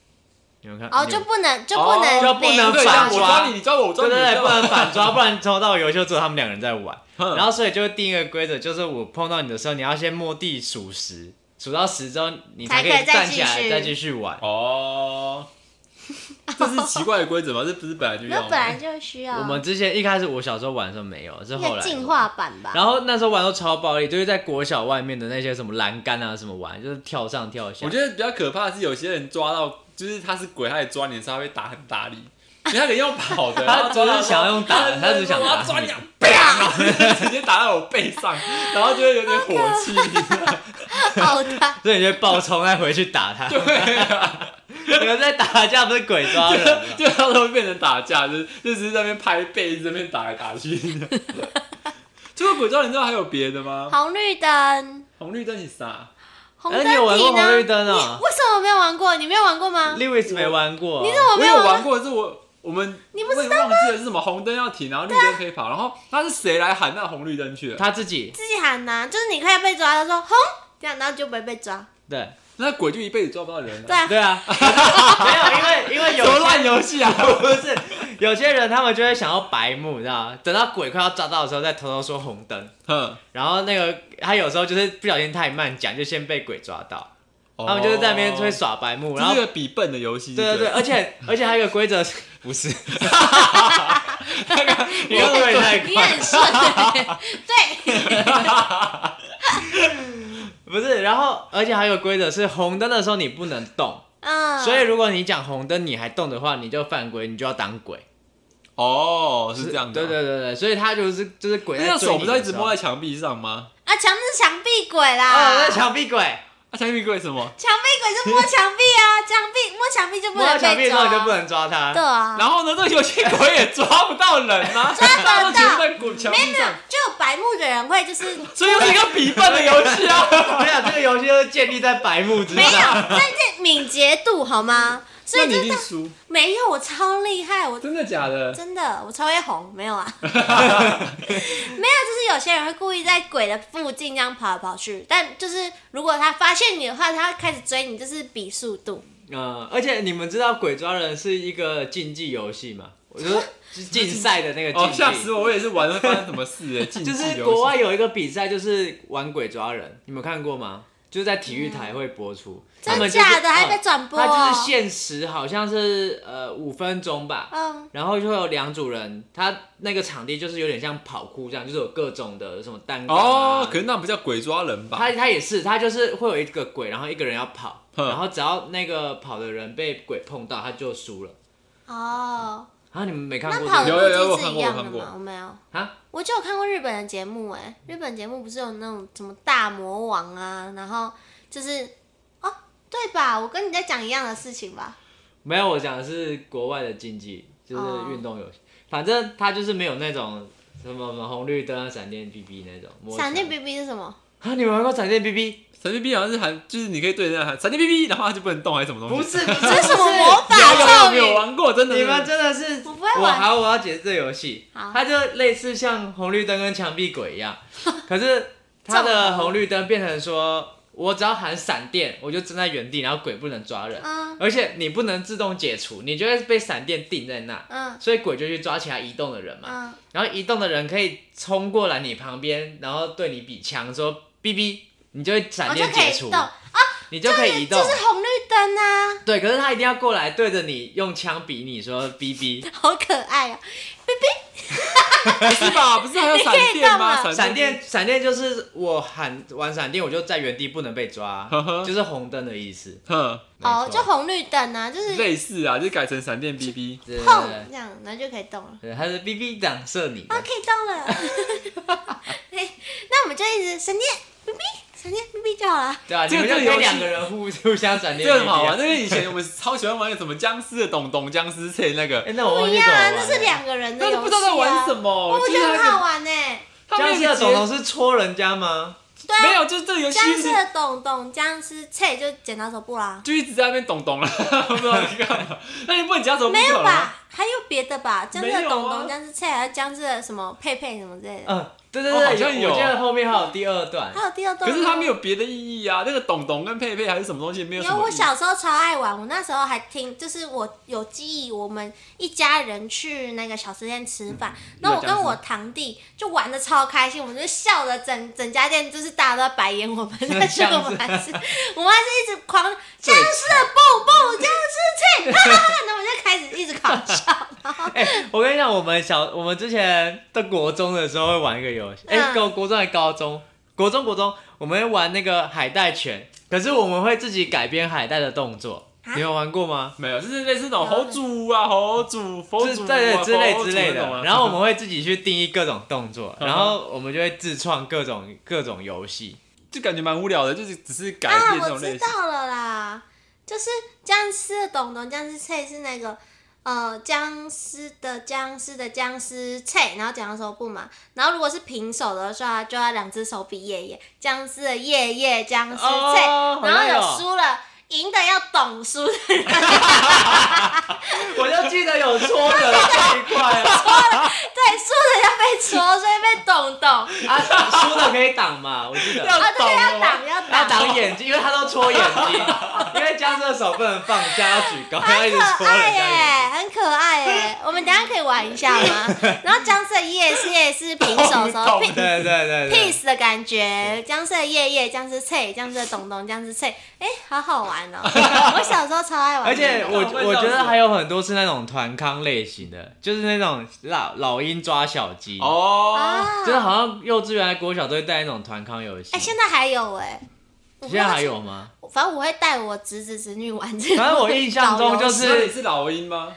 [SPEAKER 2] 你们看，
[SPEAKER 3] 哦，
[SPEAKER 2] 你
[SPEAKER 3] 就
[SPEAKER 2] 们
[SPEAKER 3] 不能就
[SPEAKER 1] 哦
[SPEAKER 3] 不能
[SPEAKER 2] 就不能
[SPEAKER 3] 连
[SPEAKER 1] 对，
[SPEAKER 2] 反啊
[SPEAKER 1] 像
[SPEAKER 3] 上
[SPEAKER 1] 我
[SPEAKER 2] 抓
[SPEAKER 1] 抓你，你抓我，我抓
[SPEAKER 2] 对
[SPEAKER 1] 你，
[SPEAKER 2] 对对，
[SPEAKER 1] 这样
[SPEAKER 2] 不能反抓，不然从头到尾游戏只有他们两个人在玩。
[SPEAKER 3] 嗯
[SPEAKER 1] 哼
[SPEAKER 2] 然后所以就会定一个规则，就是我碰到你的时候，你要先摸地数十，数到十之后，你才可
[SPEAKER 3] 才可
[SPEAKER 2] 以
[SPEAKER 3] 以再
[SPEAKER 2] 站起
[SPEAKER 3] 继
[SPEAKER 2] 来
[SPEAKER 3] 续
[SPEAKER 2] 再继续玩。
[SPEAKER 1] 哦，这是奇怪的规则吗？这不是本来就
[SPEAKER 3] 没
[SPEAKER 1] 要
[SPEAKER 3] 有
[SPEAKER 1] 吗？
[SPEAKER 3] 本来就需要，
[SPEAKER 2] 我们之前一开始我小时候玩的时候没有，是
[SPEAKER 3] 应
[SPEAKER 2] 后
[SPEAKER 3] 该
[SPEAKER 2] 来
[SPEAKER 3] 啊进
[SPEAKER 2] 玩。
[SPEAKER 3] 化版吧。
[SPEAKER 2] 然后那时候玩都超暴力，就是在国小外面的那些什么栏杆啊什么玩，就是跳上跳下。
[SPEAKER 1] 我觉得比较可怕的是有些人抓到，就是他是鬼，他也抓你的时候，他会打很 大力，因为他可以用跑的，
[SPEAKER 2] 他
[SPEAKER 1] 只
[SPEAKER 2] 只是想要用打的，他只是想
[SPEAKER 1] 我要
[SPEAKER 2] 打
[SPEAKER 1] 抓
[SPEAKER 2] 你
[SPEAKER 1] 你啊，啪，直接打到我背上，然后就会有点火气。
[SPEAKER 3] 好的，
[SPEAKER 2] 所以你就爆冲，再回去打他。对啊，你们在打架不是鬼抓人吗？
[SPEAKER 1] 就他都会变成打架，就是就只是在那边拍背，一直在那边打来打去。 除了鬼抓人之外，还有别的吗？
[SPEAKER 3] 红绿灯，
[SPEAKER 1] 红绿灯是啊啥？
[SPEAKER 3] 红
[SPEAKER 2] 哎
[SPEAKER 3] 灯
[SPEAKER 2] 你有玩过
[SPEAKER 3] 停呢？
[SPEAKER 2] 红绿灯哦
[SPEAKER 3] 你为什么没有玩过？你没有玩过吗？
[SPEAKER 2] Lewis 没玩过，
[SPEAKER 3] 你怎 么
[SPEAKER 1] 我
[SPEAKER 3] 没
[SPEAKER 1] 有
[SPEAKER 3] 玩
[SPEAKER 1] 玩
[SPEAKER 3] 过？
[SPEAKER 1] 过，是我我们
[SPEAKER 3] 你不知
[SPEAKER 1] 道忘记了是什么红灯要停，然后绿灯可以跑，然后那是谁来喊那红绿灯去了？啊
[SPEAKER 2] 他自己
[SPEAKER 3] 自己喊呐、就是你快要被抓，他说红，这样然后就不会被抓。
[SPEAKER 2] 对
[SPEAKER 1] 那鬼就一辈子抓不到人了。
[SPEAKER 3] 对啊，
[SPEAKER 2] 对啊， 没有，因为因为
[SPEAKER 1] 什
[SPEAKER 2] 有
[SPEAKER 1] 么
[SPEAKER 2] 些
[SPEAKER 1] 烂游戏啊！
[SPEAKER 2] 不是有些人他们就会想要白目，你知道吗？等到鬼快要抓到的时候，再偷偷说红灯。
[SPEAKER 1] 嗯，
[SPEAKER 2] 然后那个他有时候就是不小心太慢讲，就先被鬼抓到。他们就是在那边会
[SPEAKER 1] 哦，
[SPEAKER 2] 耍白目，然
[SPEAKER 1] 这
[SPEAKER 2] 后
[SPEAKER 1] 是个比笨的游戏。
[SPEAKER 2] 对对对，
[SPEAKER 1] 对
[SPEAKER 2] 而且而且还有一个规则是，不是？你
[SPEAKER 3] 你
[SPEAKER 2] 刚
[SPEAKER 3] 很
[SPEAKER 2] 刚也太
[SPEAKER 3] 你很顺、 对，
[SPEAKER 2] 不是，然后而且还有规则是红灯的时候你不能动，
[SPEAKER 1] 啊
[SPEAKER 3] 嗯，
[SPEAKER 2] 所以如果你讲红灯你还动的话，你就犯规，你就要当鬼。
[SPEAKER 1] 哦，是这样的。
[SPEAKER 2] 对对对对，所以他就是就是鬼在
[SPEAKER 1] 那
[SPEAKER 2] 追
[SPEAKER 1] 手
[SPEAKER 2] 你的时
[SPEAKER 1] 不是要
[SPEAKER 2] 候
[SPEAKER 1] 一直摸在墙壁上吗？
[SPEAKER 3] 啊，墙是墙壁鬼啦，
[SPEAKER 2] 哦，那墙壁鬼，
[SPEAKER 1] 啊，墙壁鬼什么？
[SPEAKER 3] 墙壁鬼就摸墙壁啊，墙壁摸墙壁就不
[SPEAKER 2] 摸到
[SPEAKER 3] 能
[SPEAKER 2] 墙壁
[SPEAKER 3] 被
[SPEAKER 2] 之
[SPEAKER 3] 抓，
[SPEAKER 2] 后你就不能抓他
[SPEAKER 3] 对。啊，
[SPEAKER 1] 然后呢，这游戏鬼也抓不到人 啊，抓
[SPEAKER 3] 不到
[SPEAKER 1] 都停在鬼墙壁上，
[SPEAKER 3] 就有白目的人会 就是哦
[SPEAKER 1] 所以又是一个比笨的游 戏啊。
[SPEAKER 2] 没有，这个游戏就是建立在白目之
[SPEAKER 3] 没有，
[SPEAKER 2] 上。
[SPEAKER 3] 但是敏捷度好吗？所
[SPEAKER 1] 那
[SPEAKER 3] 以
[SPEAKER 1] 你
[SPEAKER 3] 就
[SPEAKER 1] 一
[SPEAKER 3] 是
[SPEAKER 1] 定输，
[SPEAKER 3] 没有，我超厉害，我
[SPEAKER 1] 真的假的？
[SPEAKER 3] 真的，我超会红，没有 啊，没有，就是有些人会故意在鬼的附近这样跑来跑去，但就是如果他发现你的话，他会开始追你，就是比速度。
[SPEAKER 2] 呃嗯，而且你们知道鬼抓人是一个竞技游戏吗？我 就竞赛的那个
[SPEAKER 1] 哦，
[SPEAKER 2] 竞技。
[SPEAKER 1] 吓死我！我也是玩会发生什么事 哎、竞技
[SPEAKER 2] 就是
[SPEAKER 1] 游
[SPEAKER 2] 国
[SPEAKER 1] 戏
[SPEAKER 2] 外有一个比赛，就是玩鬼抓人，你们看过吗？就是在体育台会播出，他
[SPEAKER 3] 真
[SPEAKER 2] 们
[SPEAKER 3] 的
[SPEAKER 2] 就是
[SPEAKER 3] 假的还
[SPEAKER 2] 嗯
[SPEAKER 3] 被转播？哦
[SPEAKER 2] 它就是限时，好像是呃五分钟吧，
[SPEAKER 3] 嗯，
[SPEAKER 2] 然后就会有两组人，他那个场地就是有点像跑酷这样，就是有各种的什么单杠啊。
[SPEAKER 1] 哦，可是那不叫鬼抓人吧？
[SPEAKER 2] 他他也是，他就是会有一个鬼，然后一个人要跑，
[SPEAKER 1] 哼
[SPEAKER 2] 然后只要那个跑的人被鬼碰到，他就输了。
[SPEAKER 3] 哦，
[SPEAKER 2] 啊，你们没看
[SPEAKER 3] 那
[SPEAKER 2] 过
[SPEAKER 3] 跑
[SPEAKER 2] 这
[SPEAKER 1] 有
[SPEAKER 2] 个
[SPEAKER 3] 的
[SPEAKER 1] 有有
[SPEAKER 3] 路
[SPEAKER 1] 我
[SPEAKER 3] 径是
[SPEAKER 1] 看
[SPEAKER 3] 一
[SPEAKER 1] 过
[SPEAKER 3] 样
[SPEAKER 1] 我
[SPEAKER 3] 的
[SPEAKER 1] 看过
[SPEAKER 3] 吗？我没有，
[SPEAKER 2] 啊？
[SPEAKER 3] 我就有看过日本的节目，哎，日本节目不是有那种什么大魔王啊，然后就是哦，对吧？我跟你在讲一样的事情吧？
[SPEAKER 2] 没有，我讲的是国外的竞技，就是
[SPEAKER 3] 哦
[SPEAKER 2] 运动游戏。反正他就是没有那种什么什么红绿灯啊、闪电 BB 那种。摸起来
[SPEAKER 3] 闪电 BB 是什么？
[SPEAKER 2] 啊，你们玩过闪电 BB？
[SPEAKER 1] 闪电 B 好像是喊，啊就是你可以对人家喊闪电 B B，然后他就不能动还是什么东
[SPEAKER 2] 不
[SPEAKER 1] 西？
[SPEAKER 2] 是，
[SPEAKER 3] 这
[SPEAKER 2] 这
[SPEAKER 3] 是什么魔法咒
[SPEAKER 1] 没有
[SPEAKER 3] 语？
[SPEAKER 1] 玩过，真的。
[SPEAKER 2] 你们真的是，
[SPEAKER 3] 我不会玩
[SPEAKER 2] 好，我要解释这游戏，
[SPEAKER 3] 好
[SPEAKER 2] 它就类似像红绿灯跟墙壁鬼一样，可是它的红绿灯变成说，我只要喊闪电，我就站在原地，然后鬼不能抓人，
[SPEAKER 3] 嗯
[SPEAKER 2] 而且你不能自动解除，你就会被闪电定在那，
[SPEAKER 3] 嗯
[SPEAKER 2] 所以鬼就去抓其他移动的人嘛，
[SPEAKER 3] 嗯，
[SPEAKER 2] 然后移动的人可以冲过来你旁边，然后对你比枪说哔哔，你就会闪
[SPEAKER 3] 哦我就
[SPEAKER 2] 电
[SPEAKER 3] 可
[SPEAKER 2] 解
[SPEAKER 3] 以
[SPEAKER 2] 除
[SPEAKER 3] 动，，
[SPEAKER 2] 你就可以移动
[SPEAKER 3] 就。是红绿灯啊，
[SPEAKER 2] 对，可是他一定要过来对着你用枪比你说哔 哔，
[SPEAKER 3] 好可爱啊！
[SPEAKER 1] 不是吧？不是还有闪电
[SPEAKER 3] 你可以动
[SPEAKER 1] 吗？
[SPEAKER 3] 了
[SPEAKER 2] 闪电，闪电就是我喊玩闪电，我就在原地不能被抓
[SPEAKER 1] 呵，呵
[SPEAKER 2] 就是红灯的意思。
[SPEAKER 1] 哼，
[SPEAKER 3] 哦，
[SPEAKER 2] 没
[SPEAKER 3] 就
[SPEAKER 2] 错
[SPEAKER 3] 红绿灯啊，就是
[SPEAKER 1] 类似啊，就改成闪电 B B。
[SPEAKER 3] 啊
[SPEAKER 2] 对对对
[SPEAKER 3] 碰这样，然后就可以动了。
[SPEAKER 2] 对，他是 B B 挡射你
[SPEAKER 3] 啊，
[SPEAKER 2] 的，
[SPEAKER 3] 可以动了。嘿那我们就一直闪电 B B，闪电 B B 就好了。
[SPEAKER 2] 对啊，你
[SPEAKER 1] 这个
[SPEAKER 2] 们就
[SPEAKER 1] 这个游
[SPEAKER 2] 可以
[SPEAKER 1] 戏
[SPEAKER 2] 两个人互互相闪
[SPEAKER 1] 这
[SPEAKER 2] 电 BB 啊。
[SPEAKER 1] 个很好玩，那个以前我们超喜欢玩什么僵尸的懂懂僵尸切那个
[SPEAKER 2] 哎，，那我
[SPEAKER 3] 不
[SPEAKER 2] 忘
[SPEAKER 3] 一
[SPEAKER 2] 记怎
[SPEAKER 3] 样
[SPEAKER 2] 么
[SPEAKER 3] 啊，
[SPEAKER 2] 玩
[SPEAKER 3] 这
[SPEAKER 2] 了。
[SPEAKER 3] 是两个人的
[SPEAKER 1] 那
[SPEAKER 3] 游戏、
[SPEAKER 1] 个
[SPEAKER 3] 啊。哦
[SPEAKER 1] 不知道在玩什么，
[SPEAKER 3] 我
[SPEAKER 1] 就
[SPEAKER 3] 觉
[SPEAKER 1] 是
[SPEAKER 3] 得很
[SPEAKER 1] 它那个
[SPEAKER 3] 好玩呢、
[SPEAKER 1] 它没
[SPEAKER 2] 僵
[SPEAKER 1] 有
[SPEAKER 2] 尸
[SPEAKER 1] 一
[SPEAKER 2] 的
[SPEAKER 1] 个
[SPEAKER 2] 总统
[SPEAKER 1] 结
[SPEAKER 2] 是戳人家吗？
[SPEAKER 3] 对啊
[SPEAKER 1] 没有，就是这个游戏
[SPEAKER 3] 僵
[SPEAKER 1] 是
[SPEAKER 3] 尸的懂懂，僵尸切就剪刀手布啦。
[SPEAKER 1] 就一直在那边懂懂了， 不知道你干嘛。那你不能夹啊手不
[SPEAKER 3] 没有
[SPEAKER 1] 好了吗？
[SPEAKER 3] 吧？还有别的吧？僵尸的懂
[SPEAKER 1] 没有
[SPEAKER 3] 懂，
[SPEAKER 1] 啊
[SPEAKER 3] 僵尸切，还有僵尸的什么佩佩什么之类的。
[SPEAKER 2] 嗯，对对
[SPEAKER 1] 哦
[SPEAKER 2] 对，
[SPEAKER 1] 好像有
[SPEAKER 2] 我记得后面还有第二段
[SPEAKER 3] 还。有第二段
[SPEAKER 1] 可
[SPEAKER 3] 吗。
[SPEAKER 1] 是它没有别的意义啊，那个懂懂跟佩佩还是什么东西没有
[SPEAKER 3] 因
[SPEAKER 1] 什
[SPEAKER 3] 为
[SPEAKER 1] 么意义。
[SPEAKER 3] 我小时候超爱玩，我那时候还听，就是我有记忆，我们一家人去那个小吃店吃饭，
[SPEAKER 1] 嗯
[SPEAKER 3] 然后我跟我堂弟就玩的超开心，我们就笑的整整家店就是大家都在白眼我们，但是 我们还是我们还是一直狂僵尸蹦蹦僵尸脆，哈哈哈，然后我就开始一直狂笑，
[SPEAKER 2] 哎、我跟你讲，我们小我们之前在国中的时候会玩一个游戏，哎、
[SPEAKER 3] 嗯
[SPEAKER 2] 高、国中还高中，国中国中我们会玩那个海带拳，可是我们会自己改编海带的动作，
[SPEAKER 3] 啊
[SPEAKER 2] 你有玩过吗？
[SPEAKER 1] 没有，就是类似那种猴主啊、猴主、佛
[SPEAKER 2] 之
[SPEAKER 1] 主啊、
[SPEAKER 2] 对对之类
[SPEAKER 1] 佛主
[SPEAKER 2] 之类
[SPEAKER 1] 那种啊
[SPEAKER 2] 的，然后我们会自己去定义各种动作，
[SPEAKER 1] 嗯哼
[SPEAKER 2] 然后我们就会自创各种各种游戏。
[SPEAKER 1] 就感觉蛮无聊的，就是只是改
[SPEAKER 3] 啊，
[SPEAKER 1] 变这
[SPEAKER 3] 我
[SPEAKER 1] 种类
[SPEAKER 3] 知
[SPEAKER 1] 型。
[SPEAKER 3] 道了啦，就是僵尸的董董僵尸脆是那个呃僵尸的僵尸的僵尸脆，然后讲到手部嘛，然后如果是平手的话，就要两只手比耶耶，僵尸的耶耶僵尸脆，
[SPEAKER 2] 哦
[SPEAKER 3] 然后
[SPEAKER 2] 好像
[SPEAKER 3] 有
[SPEAKER 2] 有
[SPEAKER 3] 输了。赢的要懂输的 人，
[SPEAKER 2] 我就记得有搓 的这一块啊，
[SPEAKER 3] 对，输的要被戳，所以被懂懂。
[SPEAKER 2] 啊输的可以挡嘛，我记得。
[SPEAKER 3] 啊，对，要挡，要
[SPEAKER 2] 要
[SPEAKER 3] 挡，
[SPEAKER 2] 挡眼睛，因为他都戳眼 睛，因为僵尸的手不能放下，要举高，要一直
[SPEAKER 3] 很可
[SPEAKER 2] 戳人家
[SPEAKER 3] 爱
[SPEAKER 2] 眼睛。
[SPEAKER 3] 耶，很可爱耶。我们等一下可以玩一下吗？然后僵尸的夜是夜是平手的时候，
[SPEAKER 1] 懂
[SPEAKER 3] 平
[SPEAKER 2] 对对对对，
[SPEAKER 3] peace 的感觉，僵尸的夜夜，僵尸脆，僵尸的咚咚，僵尸脆，哎、好好玩 哦！我小时候超爱玩的，
[SPEAKER 2] 而且我
[SPEAKER 1] 那我
[SPEAKER 2] 我觉
[SPEAKER 1] 会这样
[SPEAKER 2] 得
[SPEAKER 1] 子
[SPEAKER 2] 还有很多是那种团康类型的，就是那种老老鹰抓小鸡，
[SPEAKER 1] 哦，
[SPEAKER 3] 啊，
[SPEAKER 2] 就是好像幼稚园、还国小都会带那种团康游戏
[SPEAKER 3] 哎、。现在还有哎、我不
[SPEAKER 2] 现
[SPEAKER 3] 知道
[SPEAKER 2] 在还，有吗？
[SPEAKER 3] 反正我会带我侄子侄女玩这个。
[SPEAKER 2] 反正我印象中就
[SPEAKER 1] 那你
[SPEAKER 2] 是
[SPEAKER 1] 是老鹰 吗？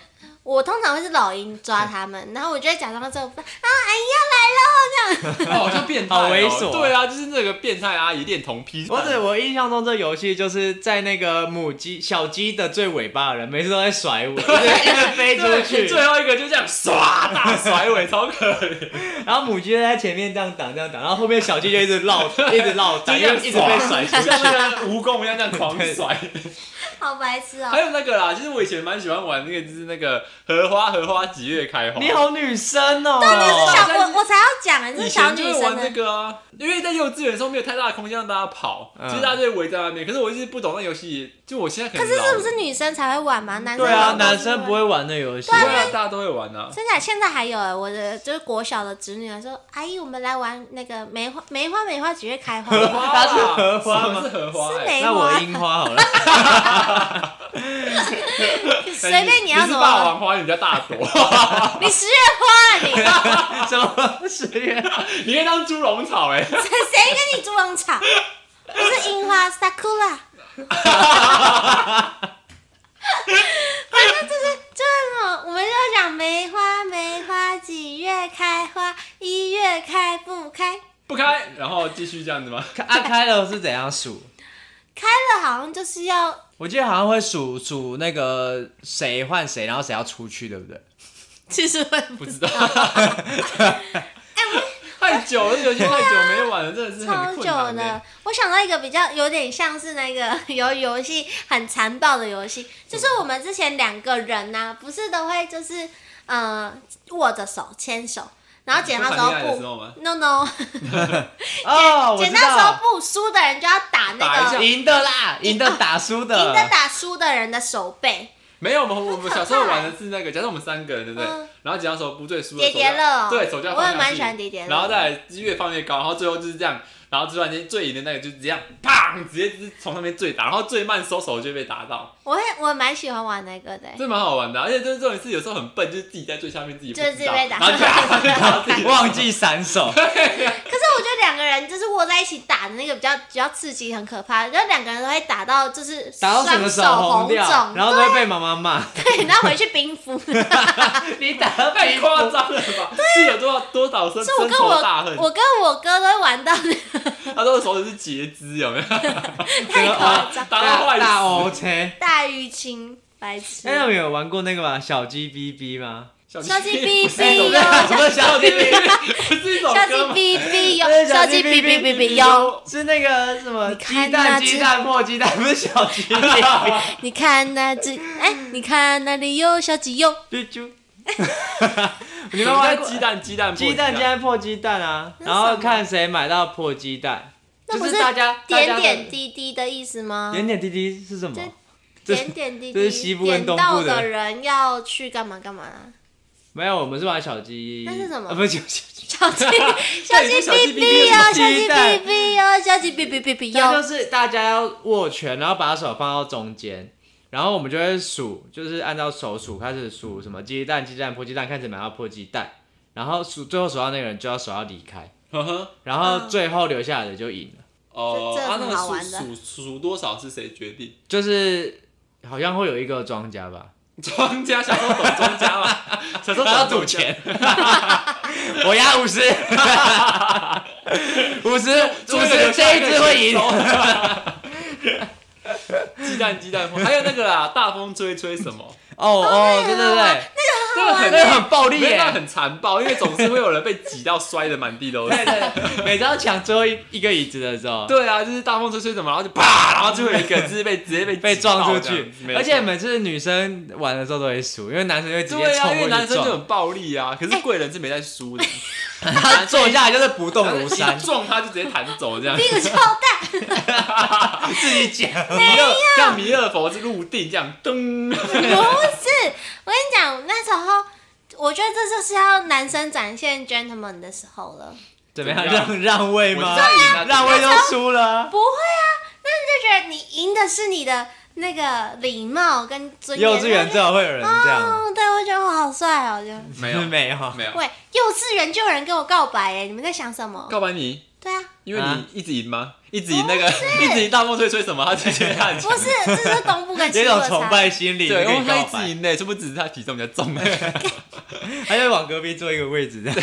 [SPEAKER 3] 我通常会是老鹰抓他们，然后我就会假装这个啊，阿姨要来喽这样。
[SPEAKER 1] 哦，好像变态哦，
[SPEAKER 2] 好猥琐啊
[SPEAKER 1] 对啊，就是那个变态阿姨恋童癖。
[SPEAKER 2] 我只我印象中这游戏就是在那个母鸡小鸡的最尾巴的人，每次都在甩 尾，就是一直飞出
[SPEAKER 1] 对
[SPEAKER 2] 去，
[SPEAKER 1] 最后一个就这样唰大甩尾，超可 怜。
[SPEAKER 2] 然后母鸡就在前面这样挡，这样挡，然后后面小鸡就一直绕，一直绕，挡，
[SPEAKER 1] 就
[SPEAKER 2] 因为
[SPEAKER 1] 这样
[SPEAKER 2] 一直被甩出去。
[SPEAKER 1] 像那个蜈蚣一样这样狂甩。
[SPEAKER 3] 好白痴
[SPEAKER 1] 还
[SPEAKER 2] 哎
[SPEAKER 3] 哦！
[SPEAKER 1] 有那个啦，其实我以前蛮喜欢玩那个，就是那个荷花，荷花几月开 花？
[SPEAKER 2] 你好女生哦、
[SPEAKER 3] 对，你是小
[SPEAKER 1] 但是
[SPEAKER 3] 我我才要讲，你
[SPEAKER 1] 以
[SPEAKER 3] 是小
[SPEAKER 1] 前
[SPEAKER 3] 女
[SPEAKER 1] 就会
[SPEAKER 3] 生欸
[SPEAKER 1] 玩这
[SPEAKER 3] 的，
[SPEAKER 1] 个啊，因为在幼稚园的时候没有太大的空间让大家跑，
[SPEAKER 2] 嗯
[SPEAKER 1] 其实大家就会围在外面。可是我一直不懂那游戏，就我现在可
[SPEAKER 3] 可
[SPEAKER 1] 能
[SPEAKER 3] 是
[SPEAKER 1] 老了
[SPEAKER 3] 是不是女生才会玩嘛？男生
[SPEAKER 2] 对啊，
[SPEAKER 3] 玩
[SPEAKER 2] 男生不。会玩那游戏
[SPEAKER 1] 对。啊，大家都会玩啊。
[SPEAKER 3] 真的，现在还有哎，我的就是国小的侄女还说：“阿姨，我们来玩那个梅花，梅花，梅花几月开花？”
[SPEAKER 1] 花
[SPEAKER 2] 它是荷花吗
[SPEAKER 1] 什么是荷花、
[SPEAKER 3] 是
[SPEAKER 1] 欸，
[SPEAKER 2] 啊
[SPEAKER 3] 梅
[SPEAKER 2] 那我
[SPEAKER 3] 花，
[SPEAKER 2] 樱花好 了，
[SPEAKER 3] 随便你要
[SPEAKER 1] 你
[SPEAKER 3] 怎
[SPEAKER 1] 是
[SPEAKER 3] 么
[SPEAKER 1] 霸
[SPEAKER 3] 玩，
[SPEAKER 1] 王花，你叫大朵，
[SPEAKER 3] 你十月花啊你，
[SPEAKER 2] 什么十月？啊
[SPEAKER 1] 你可以当猪笼草哎、
[SPEAKER 3] 谁谁跟你猪笼草？不是樱花，sakura。反正就是就是那种，我们就讲梅花，梅花几月开花，一月开不开？
[SPEAKER 1] 不开，然后继续这样子吗？
[SPEAKER 2] 啊，开了是怎样数？
[SPEAKER 3] 开了好像就是要
[SPEAKER 2] 我记得好像会数数那个谁换谁，然后谁要出去，对不对？
[SPEAKER 3] 其实会不
[SPEAKER 1] 不知道，太久了，这游戏太久没玩了，真的是
[SPEAKER 3] 超
[SPEAKER 1] 很
[SPEAKER 3] 久
[SPEAKER 1] 困难、欸
[SPEAKER 3] 的。。我想到一个比较有点像是那个 有游戏很残暴的游戏，就是我们之前两个人呐、不是都会就是呃握着手牵手，然后剪
[SPEAKER 1] 嗯说
[SPEAKER 3] 刀
[SPEAKER 1] 谈
[SPEAKER 3] 石头
[SPEAKER 1] 恋爱的时
[SPEAKER 3] 布。
[SPEAKER 1] 候吗？
[SPEAKER 3] No no，
[SPEAKER 2] 哦，我
[SPEAKER 3] 剪
[SPEAKER 2] 知
[SPEAKER 3] 刀石头
[SPEAKER 2] 道，
[SPEAKER 3] 布输的人就要打那
[SPEAKER 1] 打一
[SPEAKER 3] 个
[SPEAKER 1] 下
[SPEAKER 2] 赢的啦，赢 的打输的，，
[SPEAKER 3] 赢的打输的人的手背，
[SPEAKER 1] 没有，我们我
[SPEAKER 3] 很可
[SPEAKER 1] 们
[SPEAKER 3] 怕
[SPEAKER 1] 小时候玩的是那个，假设我们三个人，对不对？
[SPEAKER 3] 嗯
[SPEAKER 1] 然后剪刀手不最输的
[SPEAKER 3] 叠
[SPEAKER 1] 手
[SPEAKER 3] 叠
[SPEAKER 1] 就
[SPEAKER 3] 乐哦。
[SPEAKER 1] 对，手就要
[SPEAKER 3] 我
[SPEAKER 1] 放
[SPEAKER 3] 也
[SPEAKER 1] 下
[SPEAKER 3] 蛮
[SPEAKER 1] 去
[SPEAKER 3] 喜欢叠叠乐。
[SPEAKER 1] 然后再来越放越高，然后最后就是这样，然后突然间最赢的那个就是这样，砰，直接就是从上面最打，然后最慢收手就被打到，
[SPEAKER 3] 我会我蛮喜欢玩那个的欸。
[SPEAKER 1] 这蛮好玩的啊、而且就是这种事有时候很笨，就是自己在最下面自己不
[SPEAKER 3] 就是自
[SPEAKER 1] 知
[SPEAKER 3] 己
[SPEAKER 1] 道，
[SPEAKER 3] 被打
[SPEAKER 1] 然后就啪就打到自己
[SPEAKER 2] 忘记闪 手，
[SPEAKER 3] 可是我觉得两个人就是握在一起打的那个比较比较刺激，很可怕。然后两个人都会打到就是
[SPEAKER 2] 打到整个
[SPEAKER 3] 手
[SPEAKER 2] 红掉，
[SPEAKER 3] 肿，
[SPEAKER 2] 然后都会被妈妈骂。
[SPEAKER 3] 对，然后回去冰敷。
[SPEAKER 2] 你打到
[SPEAKER 1] 太
[SPEAKER 2] 哭
[SPEAKER 1] 夸张 了吧？是有多少多少深
[SPEAKER 3] 所以我
[SPEAKER 1] 深
[SPEAKER 3] 跟
[SPEAKER 1] 仇
[SPEAKER 3] 我
[SPEAKER 1] 大恨，
[SPEAKER 3] 我跟我哥都会玩到那个
[SPEAKER 1] 他都手指是截肢，有没有？
[SPEAKER 3] 太夸张，
[SPEAKER 1] 打到坏
[SPEAKER 2] 大
[SPEAKER 1] 死
[SPEAKER 2] 大 OK。
[SPEAKER 3] 大淤青，白痴
[SPEAKER 2] 哎，。那你有玩过那个吗？小鸡哔哔吗？
[SPEAKER 3] 小鸡哔
[SPEAKER 2] 哎
[SPEAKER 3] 哔
[SPEAKER 2] 我
[SPEAKER 3] 哦
[SPEAKER 2] 在
[SPEAKER 3] 哟，
[SPEAKER 2] 想说小鸡哔哔。
[SPEAKER 1] 不是一首
[SPEAKER 3] 小鸡
[SPEAKER 1] 歌吗？
[SPEAKER 3] 哔哔
[SPEAKER 2] 对
[SPEAKER 3] 哟，小鸡哔哔哔哔哟。，
[SPEAKER 2] 是那个什么
[SPEAKER 3] 你
[SPEAKER 2] 鸡
[SPEAKER 3] 看那
[SPEAKER 2] 蛋
[SPEAKER 3] 只
[SPEAKER 2] 鸡蛋破鸡蛋，不是小 鸡哔
[SPEAKER 3] 你看那只，哎，你看那里有小鸡哟，
[SPEAKER 2] 哔 啾。
[SPEAKER 1] 你
[SPEAKER 2] 你
[SPEAKER 1] 们
[SPEAKER 2] 们玩
[SPEAKER 1] 玩
[SPEAKER 2] 过
[SPEAKER 1] 鸡蛋鸡蛋
[SPEAKER 2] 鸡蛋鸡蛋破鸡蛋啊？然后看谁买到破鸡蛋，
[SPEAKER 3] 那
[SPEAKER 2] 就
[SPEAKER 3] 不
[SPEAKER 2] 是大家大家
[SPEAKER 3] 点
[SPEAKER 2] 的
[SPEAKER 3] 点滴滴的意思吗？
[SPEAKER 2] 点点滴滴是什么？这
[SPEAKER 3] 点点滴滴，
[SPEAKER 2] 这是西部跟东部
[SPEAKER 3] 到
[SPEAKER 2] 的
[SPEAKER 3] 的人要去干嘛干嘛啦？
[SPEAKER 2] 没有，我们是玩小鸡。
[SPEAKER 3] 那是什么
[SPEAKER 2] 啊，不是小鸡，
[SPEAKER 3] 小 鸡小
[SPEAKER 1] 对
[SPEAKER 3] 鸡
[SPEAKER 1] 你说小
[SPEAKER 3] 哔
[SPEAKER 1] 鸡
[SPEAKER 3] 哔
[SPEAKER 1] 哔哔
[SPEAKER 3] 哟，小
[SPEAKER 2] 什么
[SPEAKER 3] 鸡
[SPEAKER 2] 鸡蛋
[SPEAKER 3] 哔哔哟，小鸡哔哔哔哔
[SPEAKER 2] 那
[SPEAKER 3] 哟
[SPEAKER 2] 啊就。是大家要握拳，然后把手放到中间，然后我们就会数，就是按照手数开始数什么鸡蛋鸡蛋破鸡蛋，看谁买到破鸡蛋，然后数最后数到那个人就要手要离开，
[SPEAKER 1] 呵呵
[SPEAKER 2] 然
[SPEAKER 1] 嗯
[SPEAKER 2] 后最后留下来的就赢了，
[SPEAKER 1] 哦，
[SPEAKER 3] 这这
[SPEAKER 1] 啊，那
[SPEAKER 3] 很好玩的
[SPEAKER 1] 个数数数多少是谁决定？
[SPEAKER 2] 就是好像会有一个庄家吧，
[SPEAKER 1] 庄家小时候懂庄家嘛， 小时候懂
[SPEAKER 2] 他要赌
[SPEAKER 1] 庄家
[SPEAKER 2] 钱， 我压 五十，五十
[SPEAKER 1] 这
[SPEAKER 2] 五
[SPEAKER 1] 个
[SPEAKER 2] 十
[SPEAKER 1] 有
[SPEAKER 2] 这一只会赢，
[SPEAKER 1] 鸡蛋鸡蛋风，还有那个啦，大风吹吹什么，
[SPEAKER 2] 哦哦，对对对，
[SPEAKER 1] 这个很
[SPEAKER 2] 那个很暴力
[SPEAKER 1] 没有那个
[SPEAKER 2] 耶。
[SPEAKER 1] 很残暴，因为总是会有人被挤到摔的满地都是。
[SPEAKER 2] 对对，每次要抢最后一一个椅子的时候，
[SPEAKER 1] 对啊，就是大风吹吹什么，然后就啪，然后就会有一个就是被直接被
[SPEAKER 2] 被
[SPEAKER 1] 挤到
[SPEAKER 2] 撞出
[SPEAKER 1] 这样
[SPEAKER 2] 去
[SPEAKER 1] 子没，错
[SPEAKER 2] 而且每次女生玩的时候都会输，因为男生就会直接
[SPEAKER 1] 对啊，因
[SPEAKER 2] 冲
[SPEAKER 1] 为
[SPEAKER 2] 过
[SPEAKER 1] 男
[SPEAKER 2] 去
[SPEAKER 1] 生就
[SPEAKER 2] 撞，
[SPEAKER 1] 很暴力啊，可是贵人是没在输的，
[SPEAKER 2] 他坐下来就是不动如山
[SPEAKER 1] 一，撞他就直接弹走这样。
[SPEAKER 3] 第一个超蛋，
[SPEAKER 2] 自 己讲。
[SPEAKER 1] 弥勒像弥勒佛是入定这样，噔，
[SPEAKER 3] 不是。我跟你讲，那时候我觉得这就是要男生展现 gentleman 的时候了。
[SPEAKER 2] 怎么样？
[SPEAKER 1] 怎么样
[SPEAKER 2] 让让位
[SPEAKER 1] 我
[SPEAKER 2] 吗？
[SPEAKER 1] 知道赢啊了
[SPEAKER 2] 让位都输了 啊，
[SPEAKER 3] 不会啊，那你就觉得你赢的是你的那个礼貌跟尊严。
[SPEAKER 2] 幼稚园最好会有人这样，
[SPEAKER 3] 哦，对，我觉得我好帅 哦，就。
[SPEAKER 1] 没有
[SPEAKER 2] 没有，
[SPEAKER 1] 没有
[SPEAKER 3] 喂，幼稚园就有人跟我告白哎，你们在想什么？
[SPEAKER 1] 告白你，
[SPEAKER 3] 对啊，
[SPEAKER 1] 因为
[SPEAKER 2] 啊
[SPEAKER 1] 你一直赢吗？一直赢那个，一直赢大风吹吹什么，他直接按
[SPEAKER 3] 不是，这是东部 跟
[SPEAKER 2] 有
[SPEAKER 3] 西
[SPEAKER 2] 一
[SPEAKER 3] 部
[SPEAKER 2] 种
[SPEAKER 3] 的差
[SPEAKER 2] 崇
[SPEAKER 3] 别。
[SPEAKER 2] 拜心理，
[SPEAKER 1] 对，
[SPEAKER 2] 跟
[SPEAKER 1] 因为
[SPEAKER 2] 你
[SPEAKER 1] 他
[SPEAKER 2] 告
[SPEAKER 1] 一直
[SPEAKER 2] 白，
[SPEAKER 1] 赢呢，说不只是他体重比较重。欸
[SPEAKER 2] 他就往隔壁坐一个位置，这样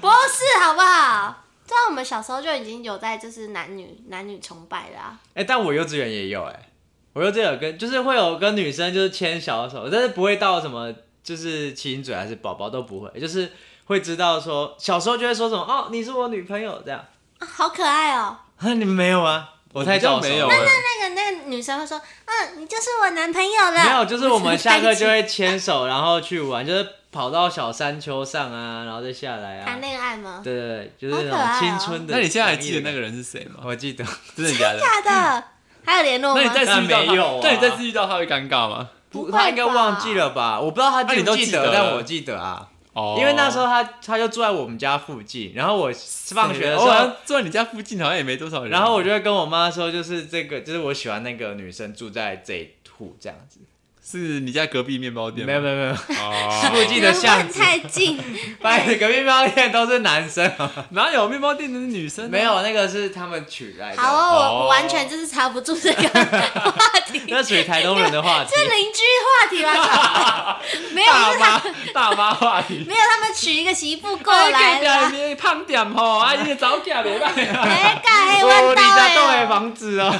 [SPEAKER 3] 不是，好不好？对啊，我们小时候就已经有在就是男女男女崇拜了、啊，
[SPEAKER 2] 哎、但我幼稚园也有哎、我幼稚园有跟就是会有跟女生就是牵小手，但是不会到什么就是亲嘴还是宝宝都不会，就是会知道说小时候就会说什么哦你是我女朋友这样，
[SPEAKER 3] 啊好可爱哦、
[SPEAKER 2] 啊你们没有吗？我太早熟
[SPEAKER 1] 没有
[SPEAKER 2] 了
[SPEAKER 1] 欸，
[SPEAKER 3] 那个那个女生会说，嗯，你就是我男朋友
[SPEAKER 1] 啊
[SPEAKER 3] 了。
[SPEAKER 2] 没有，就是我们下课 就会牵手，然后去玩，就是跑到小山丘上啊，然后再下来啊
[SPEAKER 3] 谈。恋爱吗？
[SPEAKER 2] 对对对，就是
[SPEAKER 3] 好可
[SPEAKER 2] 那
[SPEAKER 3] 爱
[SPEAKER 2] 种
[SPEAKER 3] 哦
[SPEAKER 2] 青春的。
[SPEAKER 1] 那你现在还记得那个？人是谁吗？
[SPEAKER 2] 我记得，
[SPEAKER 1] 真的假的？
[SPEAKER 3] 假的，还有联络
[SPEAKER 1] 那
[SPEAKER 3] 吗？
[SPEAKER 1] 你 再次遇到
[SPEAKER 2] 那没有啊
[SPEAKER 1] 他，那你再次遇到他会尴尬吗？
[SPEAKER 3] 不
[SPEAKER 2] 不，
[SPEAKER 3] 会
[SPEAKER 2] 他应该忘记了吧？我不知道他
[SPEAKER 1] 那
[SPEAKER 2] 记
[SPEAKER 1] 啊你都
[SPEAKER 2] 不
[SPEAKER 1] 记
[SPEAKER 2] 记
[SPEAKER 1] 得了
[SPEAKER 2] 但我记得啊，
[SPEAKER 1] 哦，
[SPEAKER 2] 因为那时候他他就住在我们家附近，然后我放学的时
[SPEAKER 1] 我
[SPEAKER 2] 候
[SPEAKER 1] 好像。住在你家附近，好像也没多少人。啊
[SPEAKER 2] 然后我就会跟我妈说，就是这个，就是我喜欢那个女生住在这一户这样子。
[SPEAKER 1] 是你家隔壁面包店
[SPEAKER 2] 没
[SPEAKER 1] 吗，
[SPEAKER 2] 有没有没有，
[SPEAKER 1] 哦，
[SPEAKER 2] 记得巷子
[SPEAKER 3] 太近，
[SPEAKER 2] 反正隔壁面包店都是男生，哦
[SPEAKER 1] 哪有面包店的是女生啊？
[SPEAKER 2] 没有那个是他们取来的。
[SPEAKER 3] 好哦，我
[SPEAKER 1] 哦
[SPEAKER 3] 我完全就是查不住这 个话题，
[SPEAKER 2] 那属于台东人的 话题
[SPEAKER 3] 这。邻居话题吧？ 没有，
[SPEAKER 1] 大
[SPEAKER 3] 不是他，
[SPEAKER 1] 妈大妈话题。
[SPEAKER 3] 没有，他们娶一个媳妇
[SPEAKER 2] 哎
[SPEAKER 3] 过来啦。
[SPEAKER 1] 你胖点吼，啊，你早嫁袂 歹。
[SPEAKER 3] 哎，干黑
[SPEAKER 2] 我
[SPEAKER 3] 弯
[SPEAKER 2] 哦你
[SPEAKER 3] 刀
[SPEAKER 2] 家动
[SPEAKER 3] 哎
[SPEAKER 2] 的，房子哦，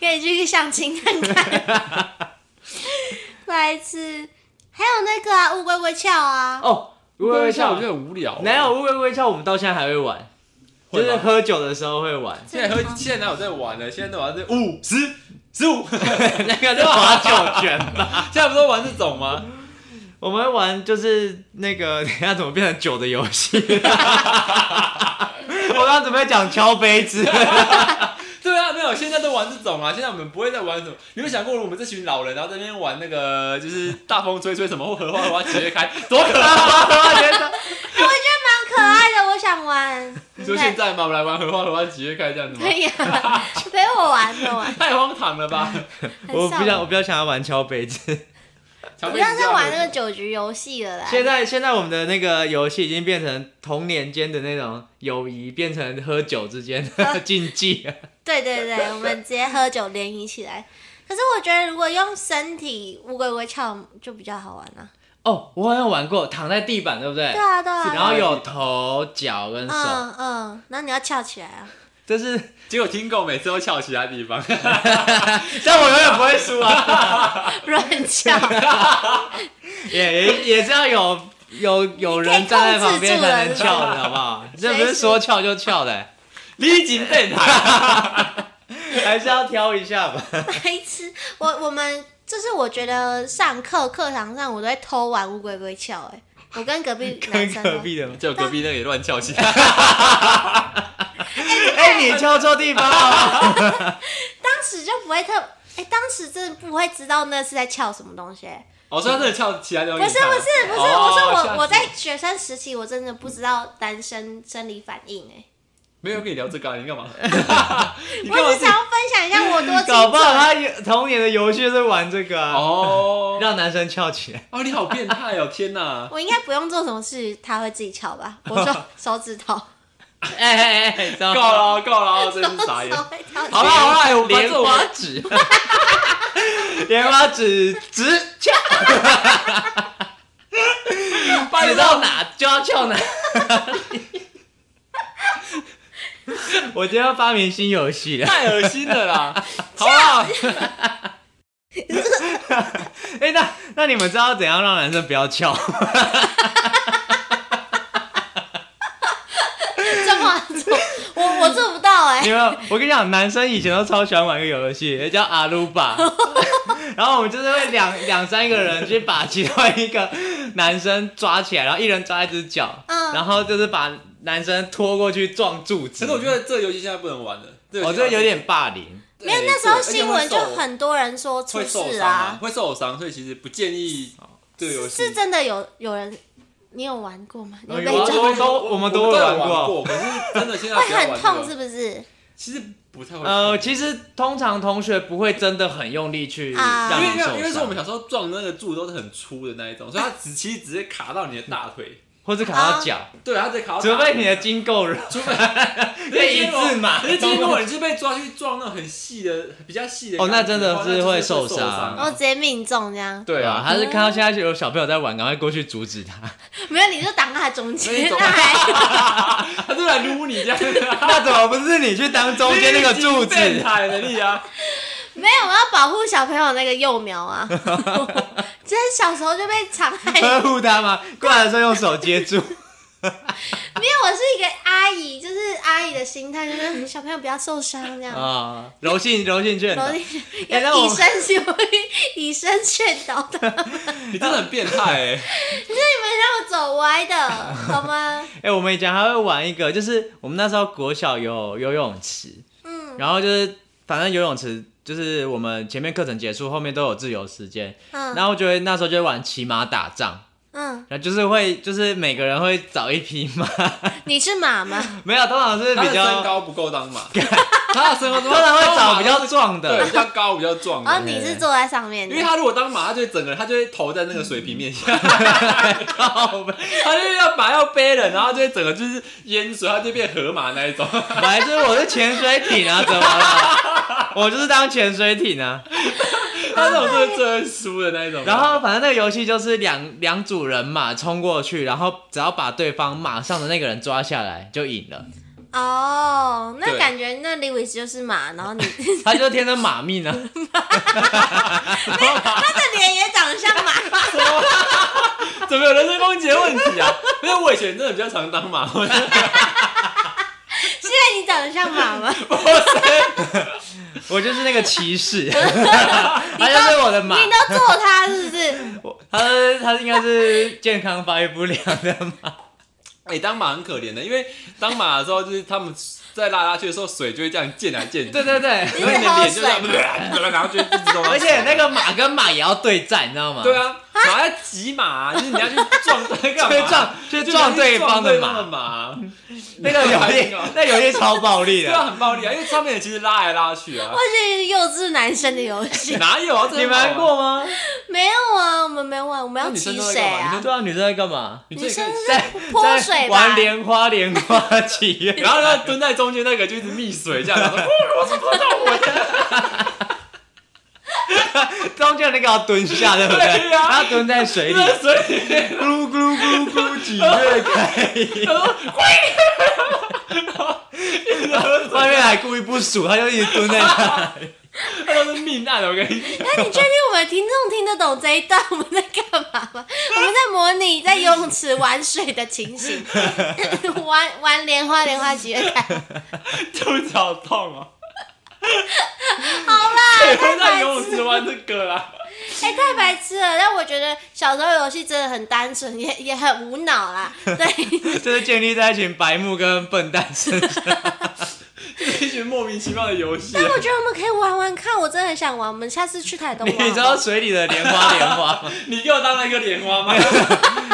[SPEAKER 3] 可以去相亲看看。 白痴，还有那个啊，乌龟龟翘啊，
[SPEAKER 2] 哦，乌
[SPEAKER 1] 乌
[SPEAKER 2] 龟
[SPEAKER 1] 龟
[SPEAKER 2] 龟
[SPEAKER 1] 下我
[SPEAKER 2] 壳
[SPEAKER 1] 觉，得很无聊。啊
[SPEAKER 2] 哪有？乌龟龟壳？我们到现在还会玩，就
[SPEAKER 1] 会
[SPEAKER 2] 是
[SPEAKER 1] 吗
[SPEAKER 2] 喝酒的时候会 玩，
[SPEAKER 1] 现在喝，现在哪有在玩了？现在都玩这五十十五，
[SPEAKER 2] 那个叫划酒拳吧。
[SPEAKER 1] 现在不都玩这种吗？
[SPEAKER 2] 我们会玩就是那个， 等一下怎么变成酒的游戏？ 我刚刚准备讲敲杯子，
[SPEAKER 1] 对啊，没有，现在都玩这种啊。现在我们不会再玩什么。你有想过，我们这群老人，然啊后在那边玩那个，就是大风吹吹什么，或荷花荷花节 开，多可怕！
[SPEAKER 3] 蛮可爱的，我想玩。
[SPEAKER 1] 你说现在吗？我们来玩荷花荷花节开这样子吗
[SPEAKER 3] 可？以啊，陪我玩，陪我 玩。
[SPEAKER 1] 太荒唐了吧！
[SPEAKER 3] 很
[SPEAKER 2] 我
[SPEAKER 3] 少
[SPEAKER 2] 比较我比较想要玩敲杯子。
[SPEAKER 3] 不要再玩那个酒局游戏了啦。
[SPEAKER 2] 现在现在我们的那个游戏已经变成童年间的那种友谊，变成喝酒之间 的禁忌。
[SPEAKER 3] 对对对，我们直接喝酒联谊起来。可是我觉得，如果用身体乌龟龟翘就比较好玩啊。
[SPEAKER 2] 哦，我好像玩过，躺在地板，对不对？
[SPEAKER 3] 对啊，对啊。
[SPEAKER 2] 然后有头、脚跟手，
[SPEAKER 3] 嗯嗯，然后你要翘起来啊。
[SPEAKER 2] 这是
[SPEAKER 1] 结果听狗每次都翘其他地方，
[SPEAKER 2] 但我永远不会输啊，
[SPEAKER 3] 乱翘，
[SPEAKER 2] 也也也是要有有有人站在旁边才能翘的，好不好？这不是说翘就翘的、
[SPEAKER 1] 你紧变态。
[SPEAKER 2] 还是要挑一下吧。
[SPEAKER 3] 白痴！我 我们就是我觉得上课课堂上我都会偷玩乌龟龟翘，哎，我跟隔 壁 男
[SPEAKER 2] 跟
[SPEAKER 3] 生啊
[SPEAKER 2] 隔
[SPEAKER 3] 都，
[SPEAKER 2] 壁的吗？
[SPEAKER 1] 就隔壁那个也乱翘起来。
[SPEAKER 2] 哎、你翘错地方了。
[SPEAKER 3] 当时就不会特，哎，当时真的不会知道那是在翘什么东西、哎
[SPEAKER 1] 哦，所以他真的翘其他地方
[SPEAKER 3] 不
[SPEAKER 1] 给
[SPEAKER 3] 是
[SPEAKER 1] 你
[SPEAKER 3] 不是不
[SPEAKER 1] 看啊。
[SPEAKER 3] 是，
[SPEAKER 1] 哦
[SPEAKER 3] 我说
[SPEAKER 1] 吓
[SPEAKER 3] 我
[SPEAKER 1] 死
[SPEAKER 3] 我在学生时期，我真的不知道男生生理反应哎、
[SPEAKER 1] 没有跟你聊这个、啊，你 干嘛？你干
[SPEAKER 3] 我
[SPEAKER 1] 嘛
[SPEAKER 3] 只
[SPEAKER 1] 自
[SPEAKER 3] 想要分享一下 我多
[SPEAKER 2] 搞
[SPEAKER 3] 精
[SPEAKER 2] 不好
[SPEAKER 3] 准。
[SPEAKER 2] 他有童年的游戏是玩这个啊，
[SPEAKER 1] 哦
[SPEAKER 2] 让男生翘起来。
[SPEAKER 1] 哦，你好变态哦！天哪，
[SPEAKER 3] 我应该不用做什么事，他会自己翘吧？我 说手指头，
[SPEAKER 2] 哎哎哎， 够
[SPEAKER 1] 够了哦够了哦，真是傻 眼。
[SPEAKER 3] 手
[SPEAKER 1] 好
[SPEAKER 3] 会翘起来。
[SPEAKER 1] 啦好啦，哎我们把这
[SPEAKER 2] 莲
[SPEAKER 1] 种
[SPEAKER 2] 花指，莲花指 直翘，
[SPEAKER 1] 拜
[SPEAKER 2] 指
[SPEAKER 1] 到
[SPEAKER 2] 到哪就要翘哪。我今天要发明新游戏啊了。
[SPEAKER 1] 太恶心了啦！ 好啦，
[SPEAKER 2] 哎、那那你们知道怎样让男生不要翘？
[SPEAKER 3] 这 么做，我我做不到哎、
[SPEAKER 2] 你们，我跟你讲，男生以前都超喜欢玩一个游戏，叫阿鲁巴。 然后我们就是会两两三个人去把其中一个男生抓起来，然后一人抓一只脚，
[SPEAKER 3] 嗯
[SPEAKER 2] 然后就是把男生拖过去撞柱子。
[SPEAKER 1] 其实我觉得这游戏现在不能玩了，这
[SPEAKER 2] 我觉得有点霸凌。
[SPEAKER 3] 没有那时候新闻就
[SPEAKER 1] 而且会受
[SPEAKER 3] 很多人说出
[SPEAKER 1] 会受
[SPEAKER 3] 事
[SPEAKER 1] 伤
[SPEAKER 3] 啊，，
[SPEAKER 1] 啊会受伤，所以其实不建议
[SPEAKER 2] 哦
[SPEAKER 1] 这个游戏
[SPEAKER 3] 是。真的有有人，你有玩过吗？
[SPEAKER 1] 呃
[SPEAKER 3] 你有被
[SPEAKER 2] 有啊
[SPEAKER 3] 抓
[SPEAKER 2] 我
[SPEAKER 3] 过？
[SPEAKER 2] 都我们都会
[SPEAKER 1] 玩
[SPEAKER 2] 玩过，
[SPEAKER 1] 可是真的现在
[SPEAKER 3] 会
[SPEAKER 1] 不要玩嗯
[SPEAKER 3] 很痛
[SPEAKER 1] 这
[SPEAKER 3] 是
[SPEAKER 1] 个
[SPEAKER 3] 不是？
[SPEAKER 1] 其实不太会痛。
[SPEAKER 2] 呃，其实通常同学不会真的很用力去
[SPEAKER 3] 啊
[SPEAKER 2] 让
[SPEAKER 1] 因为
[SPEAKER 2] 你
[SPEAKER 1] 因
[SPEAKER 2] 受伤，
[SPEAKER 1] 为因为是我们小时候撞那个柱都是很粗的那一种，所以它只其实直接卡到你的大腿，
[SPEAKER 2] 或是卡到脚，
[SPEAKER 1] 对，它直接卡到大腿。
[SPEAKER 2] 除非你的筋够软，
[SPEAKER 1] 除非
[SPEAKER 2] 被 一字马
[SPEAKER 1] 可是今天如果你是被抓去撞那种很细的、比较细的
[SPEAKER 2] 哦
[SPEAKER 1] 杆子话，
[SPEAKER 2] 那真的
[SPEAKER 1] 那
[SPEAKER 2] 是
[SPEAKER 1] 就是
[SPEAKER 2] 会
[SPEAKER 1] 会
[SPEAKER 2] 受
[SPEAKER 1] 伤啊
[SPEAKER 2] 伤
[SPEAKER 3] 然后直接命中这样，
[SPEAKER 1] 对啊，
[SPEAKER 2] 还是看到现在有小朋友在玩，赶快过去阻止他。
[SPEAKER 3] 没有你就挡在中
[SPEAKER 1] 那
[SPEAKER 3] 间，哎
[SPEAKER 1] 你走
[SPEAKER 3] 那还
[SPEAKER 1] 他就来撸你这样，
[SPEAKER 2] 那怎么不是你去当中间那个柱 子？
[SPEAKER 1] 变态能力啊！
[SPEAKER 3] 没有，我要保护小朋友那个幼苗 啊！真的小时候就被残害，
[SPEAKER 2] 呵护他吗？过来的时候用手接住，
[SPEAKER 3] 因为我是一个阿姨，就是阿姨的心态，就是你小朋友不要受伤这样。
[SPEAKER 2] 啊，柔性柔性劝导
[SPEAKER 3] 然后，
[SPEAKER 2] 哎那我
[SPEAKER 3] 以身许我以身劝导的，让
[SPEAKER 1] 你真的很变态哎、
[SPEAKER 3] 我走歪的，好吗？
[SPEAKER 2] 哎、我们以前还会玩一个，就是我们那时候国小有游泳池，
[SPEAKER 3] 嗯
[SPEAKER 2] 然后就是反正游泳池就是我们前面课程结束，后面都有自由时间，
[SPEAKER 3] 嗯
[SPEAKER 2] 然后就会那时候就会玩骑马打仗，
[SPEAKER 3] 嗯，
[SPEAKER 2] 然后就是会就是每个人会找一匹马，
[SPEAKER 3] 你是马 吗？
[SPEAKER 2] 没有，通常是
[SPEAKER 1] 他
[SPEAKER 2] 比
[SPEAKER 1] 的身
[SPEAKER 2] 较，
[SPEAKER 1] 高不够当马，他的身高
[SPEAKER 2] 通常会找比较
[SPEAKER 1] 当
[SPEAKER 2] 壮
[SPEAKER 1] 马对比
[SPEAKER 2] 的，
[SPEAKER 1] 较高比较壮
[SPEAKER 3] 哦，
[SPEAKER 1] 啊的，
[SPEAKER 3] 你是坐在上面
[SPEAKER 1] 因
[SPEAKER 3] 的
[SPEAKER 1] 为，他如果当马，他就会整个人他就会头在那个水平面下，
[SPEAKER 2] 靠背
[SPEAKER 1] 嗯他就要马要背人，然后就会整个就是淹水，他就变河马那一 种。
[SPEAKER 2] 本来就是我是潜水艇啊，怎么了？我就是当潜水艇啊。
[SPEAKER 1] 他那种就是最会输的那一种。
[SPEAKER 2] 然后反正那个游戏就是两两组人马冲过去，然后只要把对方马上的那个人抓下来就赢了。
[SPEAKER 3] 哦，那
[SPEAKER 1] 对
[SPEAKER 3] 感觉那 Lewis 就是马，然后 你
[SPEAKER 2] 他就天生马命啊，
[SPEAKER 3] 他的脸也长得像马，
[SPEAKER 1] 怎么有人身攻击的问题啊？因为我以前真的比较常当马， 我
[SPEAKER 3] 现在你长得像马吗？
[SPEAKER 2] 我就是那个骑士， 他就是我的马，
[SPEAKER 3] 你都坐他是不是？
[SPEAKER 2] 我他他应该是健康发育不良的马，
[SPEAKER 1] 哎、当马很可怜的，因为当马的时候，就是他们在拉拉去的时候，水就会这样溅来溅去，
[SPEAKER 2] 对对对，
[SPEAKER 1] 然后你的脸就这样，
[SPEAKER 3] 你
[SPEAKER 1] 然后就一直都 往
[SPEAKER 2] 而且那个马跟马也要对战，你知道吗？
[SPEAKER 1] 对，啊，马在骑马、就是你要去撞 干
[SPEAKER 2] 去
[SPEAKER 1] 嘛？
[SPEAKER 2] 撞去撞对方的
[SPEAKER 1] 的
[SPEAKER 2] 马，
[SPEAKER 1] 马，
[SPEAKER 2] 那个有 点那有点超暴力
[SPEAKER 1] 对
[SPEAKER 2] 的。
[SPEAKER 1] 啊，很暴力啊，因为上面其实拉来拉去啊
[SPEAKER 3] 或，是幼稚男生的游戏？
[SPEAKER 1] 哪有啊？这
[SPEAKER 2] 你们玩过吗？
[SPEAKER 3] 没有啊，我们没玩，我们要
[SPEAKER 1] 那女生
[SPEAKER 3] 骑
[SPEAKER 1] 都
[SPEAKER 3] 谁
[SPEAKER 1] 在干嘛
[SPEAKER 3] 啊
[SPEAKER 1] 女？
[SPEAKER 2] 对啊，女生在干嘛？
[SPEAKER 1] 你
[SPEAKER 3] 女
[SPEAKER 1] 这
[SPEAKER 3] 生
[SPEAKER 1] 个。
[SPEAKER 2] 在
[SPEAKER 3] 泼水
[SPEAKER 2] 在
[SPEAKER 3] 吧
[SPEAKER 2] 玩莲花莲花祈 愿，
[SPEAKER 1] 然后那蹲在中间那个就一直溺水 这样，然后说
[SPEAKER 2] 中间那个要蹲下，对不对？
[SPEAKER 1] 对啊
[SPEAKER 2] 他蹲在水里，
[SPEAKER 1] 在水里面，
[SPEAKER 2] 咕噜咕噜咕噜咕噜几月
[SPEAKER 1] 他
[SPEAKER 2] 开？
[SPEAKER 1] 说
[SPEAKER 2] 外面还故意不数，他就一直蹲在 那。
[SPEAKER 1] 他都是命案，我跟你讲。
[SPEAKER 3] 哎那你确定我们听众听得懂这一段我们在干 嘛吗？我们在模拟在游泳池玩水的情形， 玩玩莲花莲花几月开？
[SPEAKER 1] 肚子好痛哦。好啦，会在游泳池玩这个啦。
[SPEAKER 3] 哎、太白痴了！但我觉得小时候游戏真的很单纯，也也很无脑 啦。对，
[SPEAKER 2] 这是建立在一群白目跟笨蛋身 上。
[SPEAKER 1] 一群莫名其妙的游戏啊
[SPEAKER 3] 但，我觉得我们可以玩玩看，我真的很想玩。我们下次去台东玩好不好。
[SPEAKER 2] 你知道水里的莲花莲花吗？
[SPEAKER 1] 你给我当那个莲 花吗？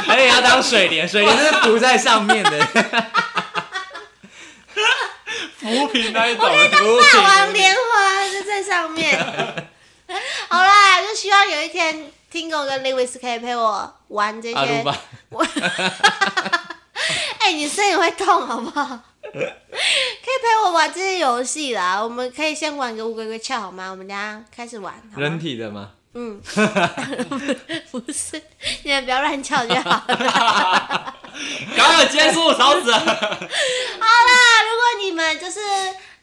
[SPEAKER 2] 而且要当水莲，水莲是浮在上面的。
[SPEAKER 1] 扶贫那一 种，
[SPEAKER 3] 霸王莲花就在上面。 好啦，就希望有一天 Tingo 跟 Lewis 可以陪我玩这
[SPEAKER 2] 阿
[SPEAKER 3] 些
[SPEAKER 2] 鲁。巴，
[SPEAKER 3] 我，哎、你身体会痛好不好？ 可以陪我玩这些游戏啦，我们可以先玩个乌龟龟壳好吗？我们等一下开始玩。好吗
[SPEAKER 2] 人体的吗？
[SPEAKER 3] 嗯， 不是，你们不要乱叫就好了。
[SPEAKER 1] 赶快结束，勺子。
[SPEAKER 3] 那如果你们就是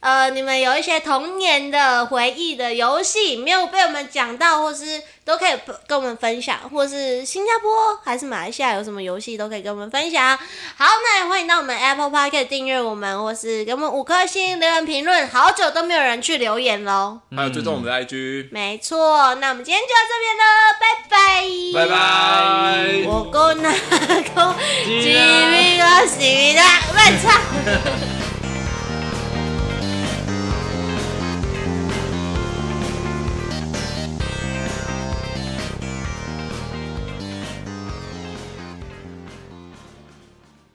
[SPEAKER 3] 呃，你们有一些童年的回忆的游戏没有被我们讲到，或是都可以跟我们分享，或是新加坡还是马来西亚有什么游戏都可以跟我们分享。好，那也欢迎到我们 Apple p o c k e t 订阅我们，或是给我们五颗星留言评论。好久都没有人去留言喽，
[SPEAKER 1] 还有追踪我们的 IG，
[SPEAKER 3] 没错。那我们今天就到这边了，拜拜，
[SPEAKER 1] 拜拜。
[SPEAKER 3] 我够那够，吉米哥，吉米的，乱唱。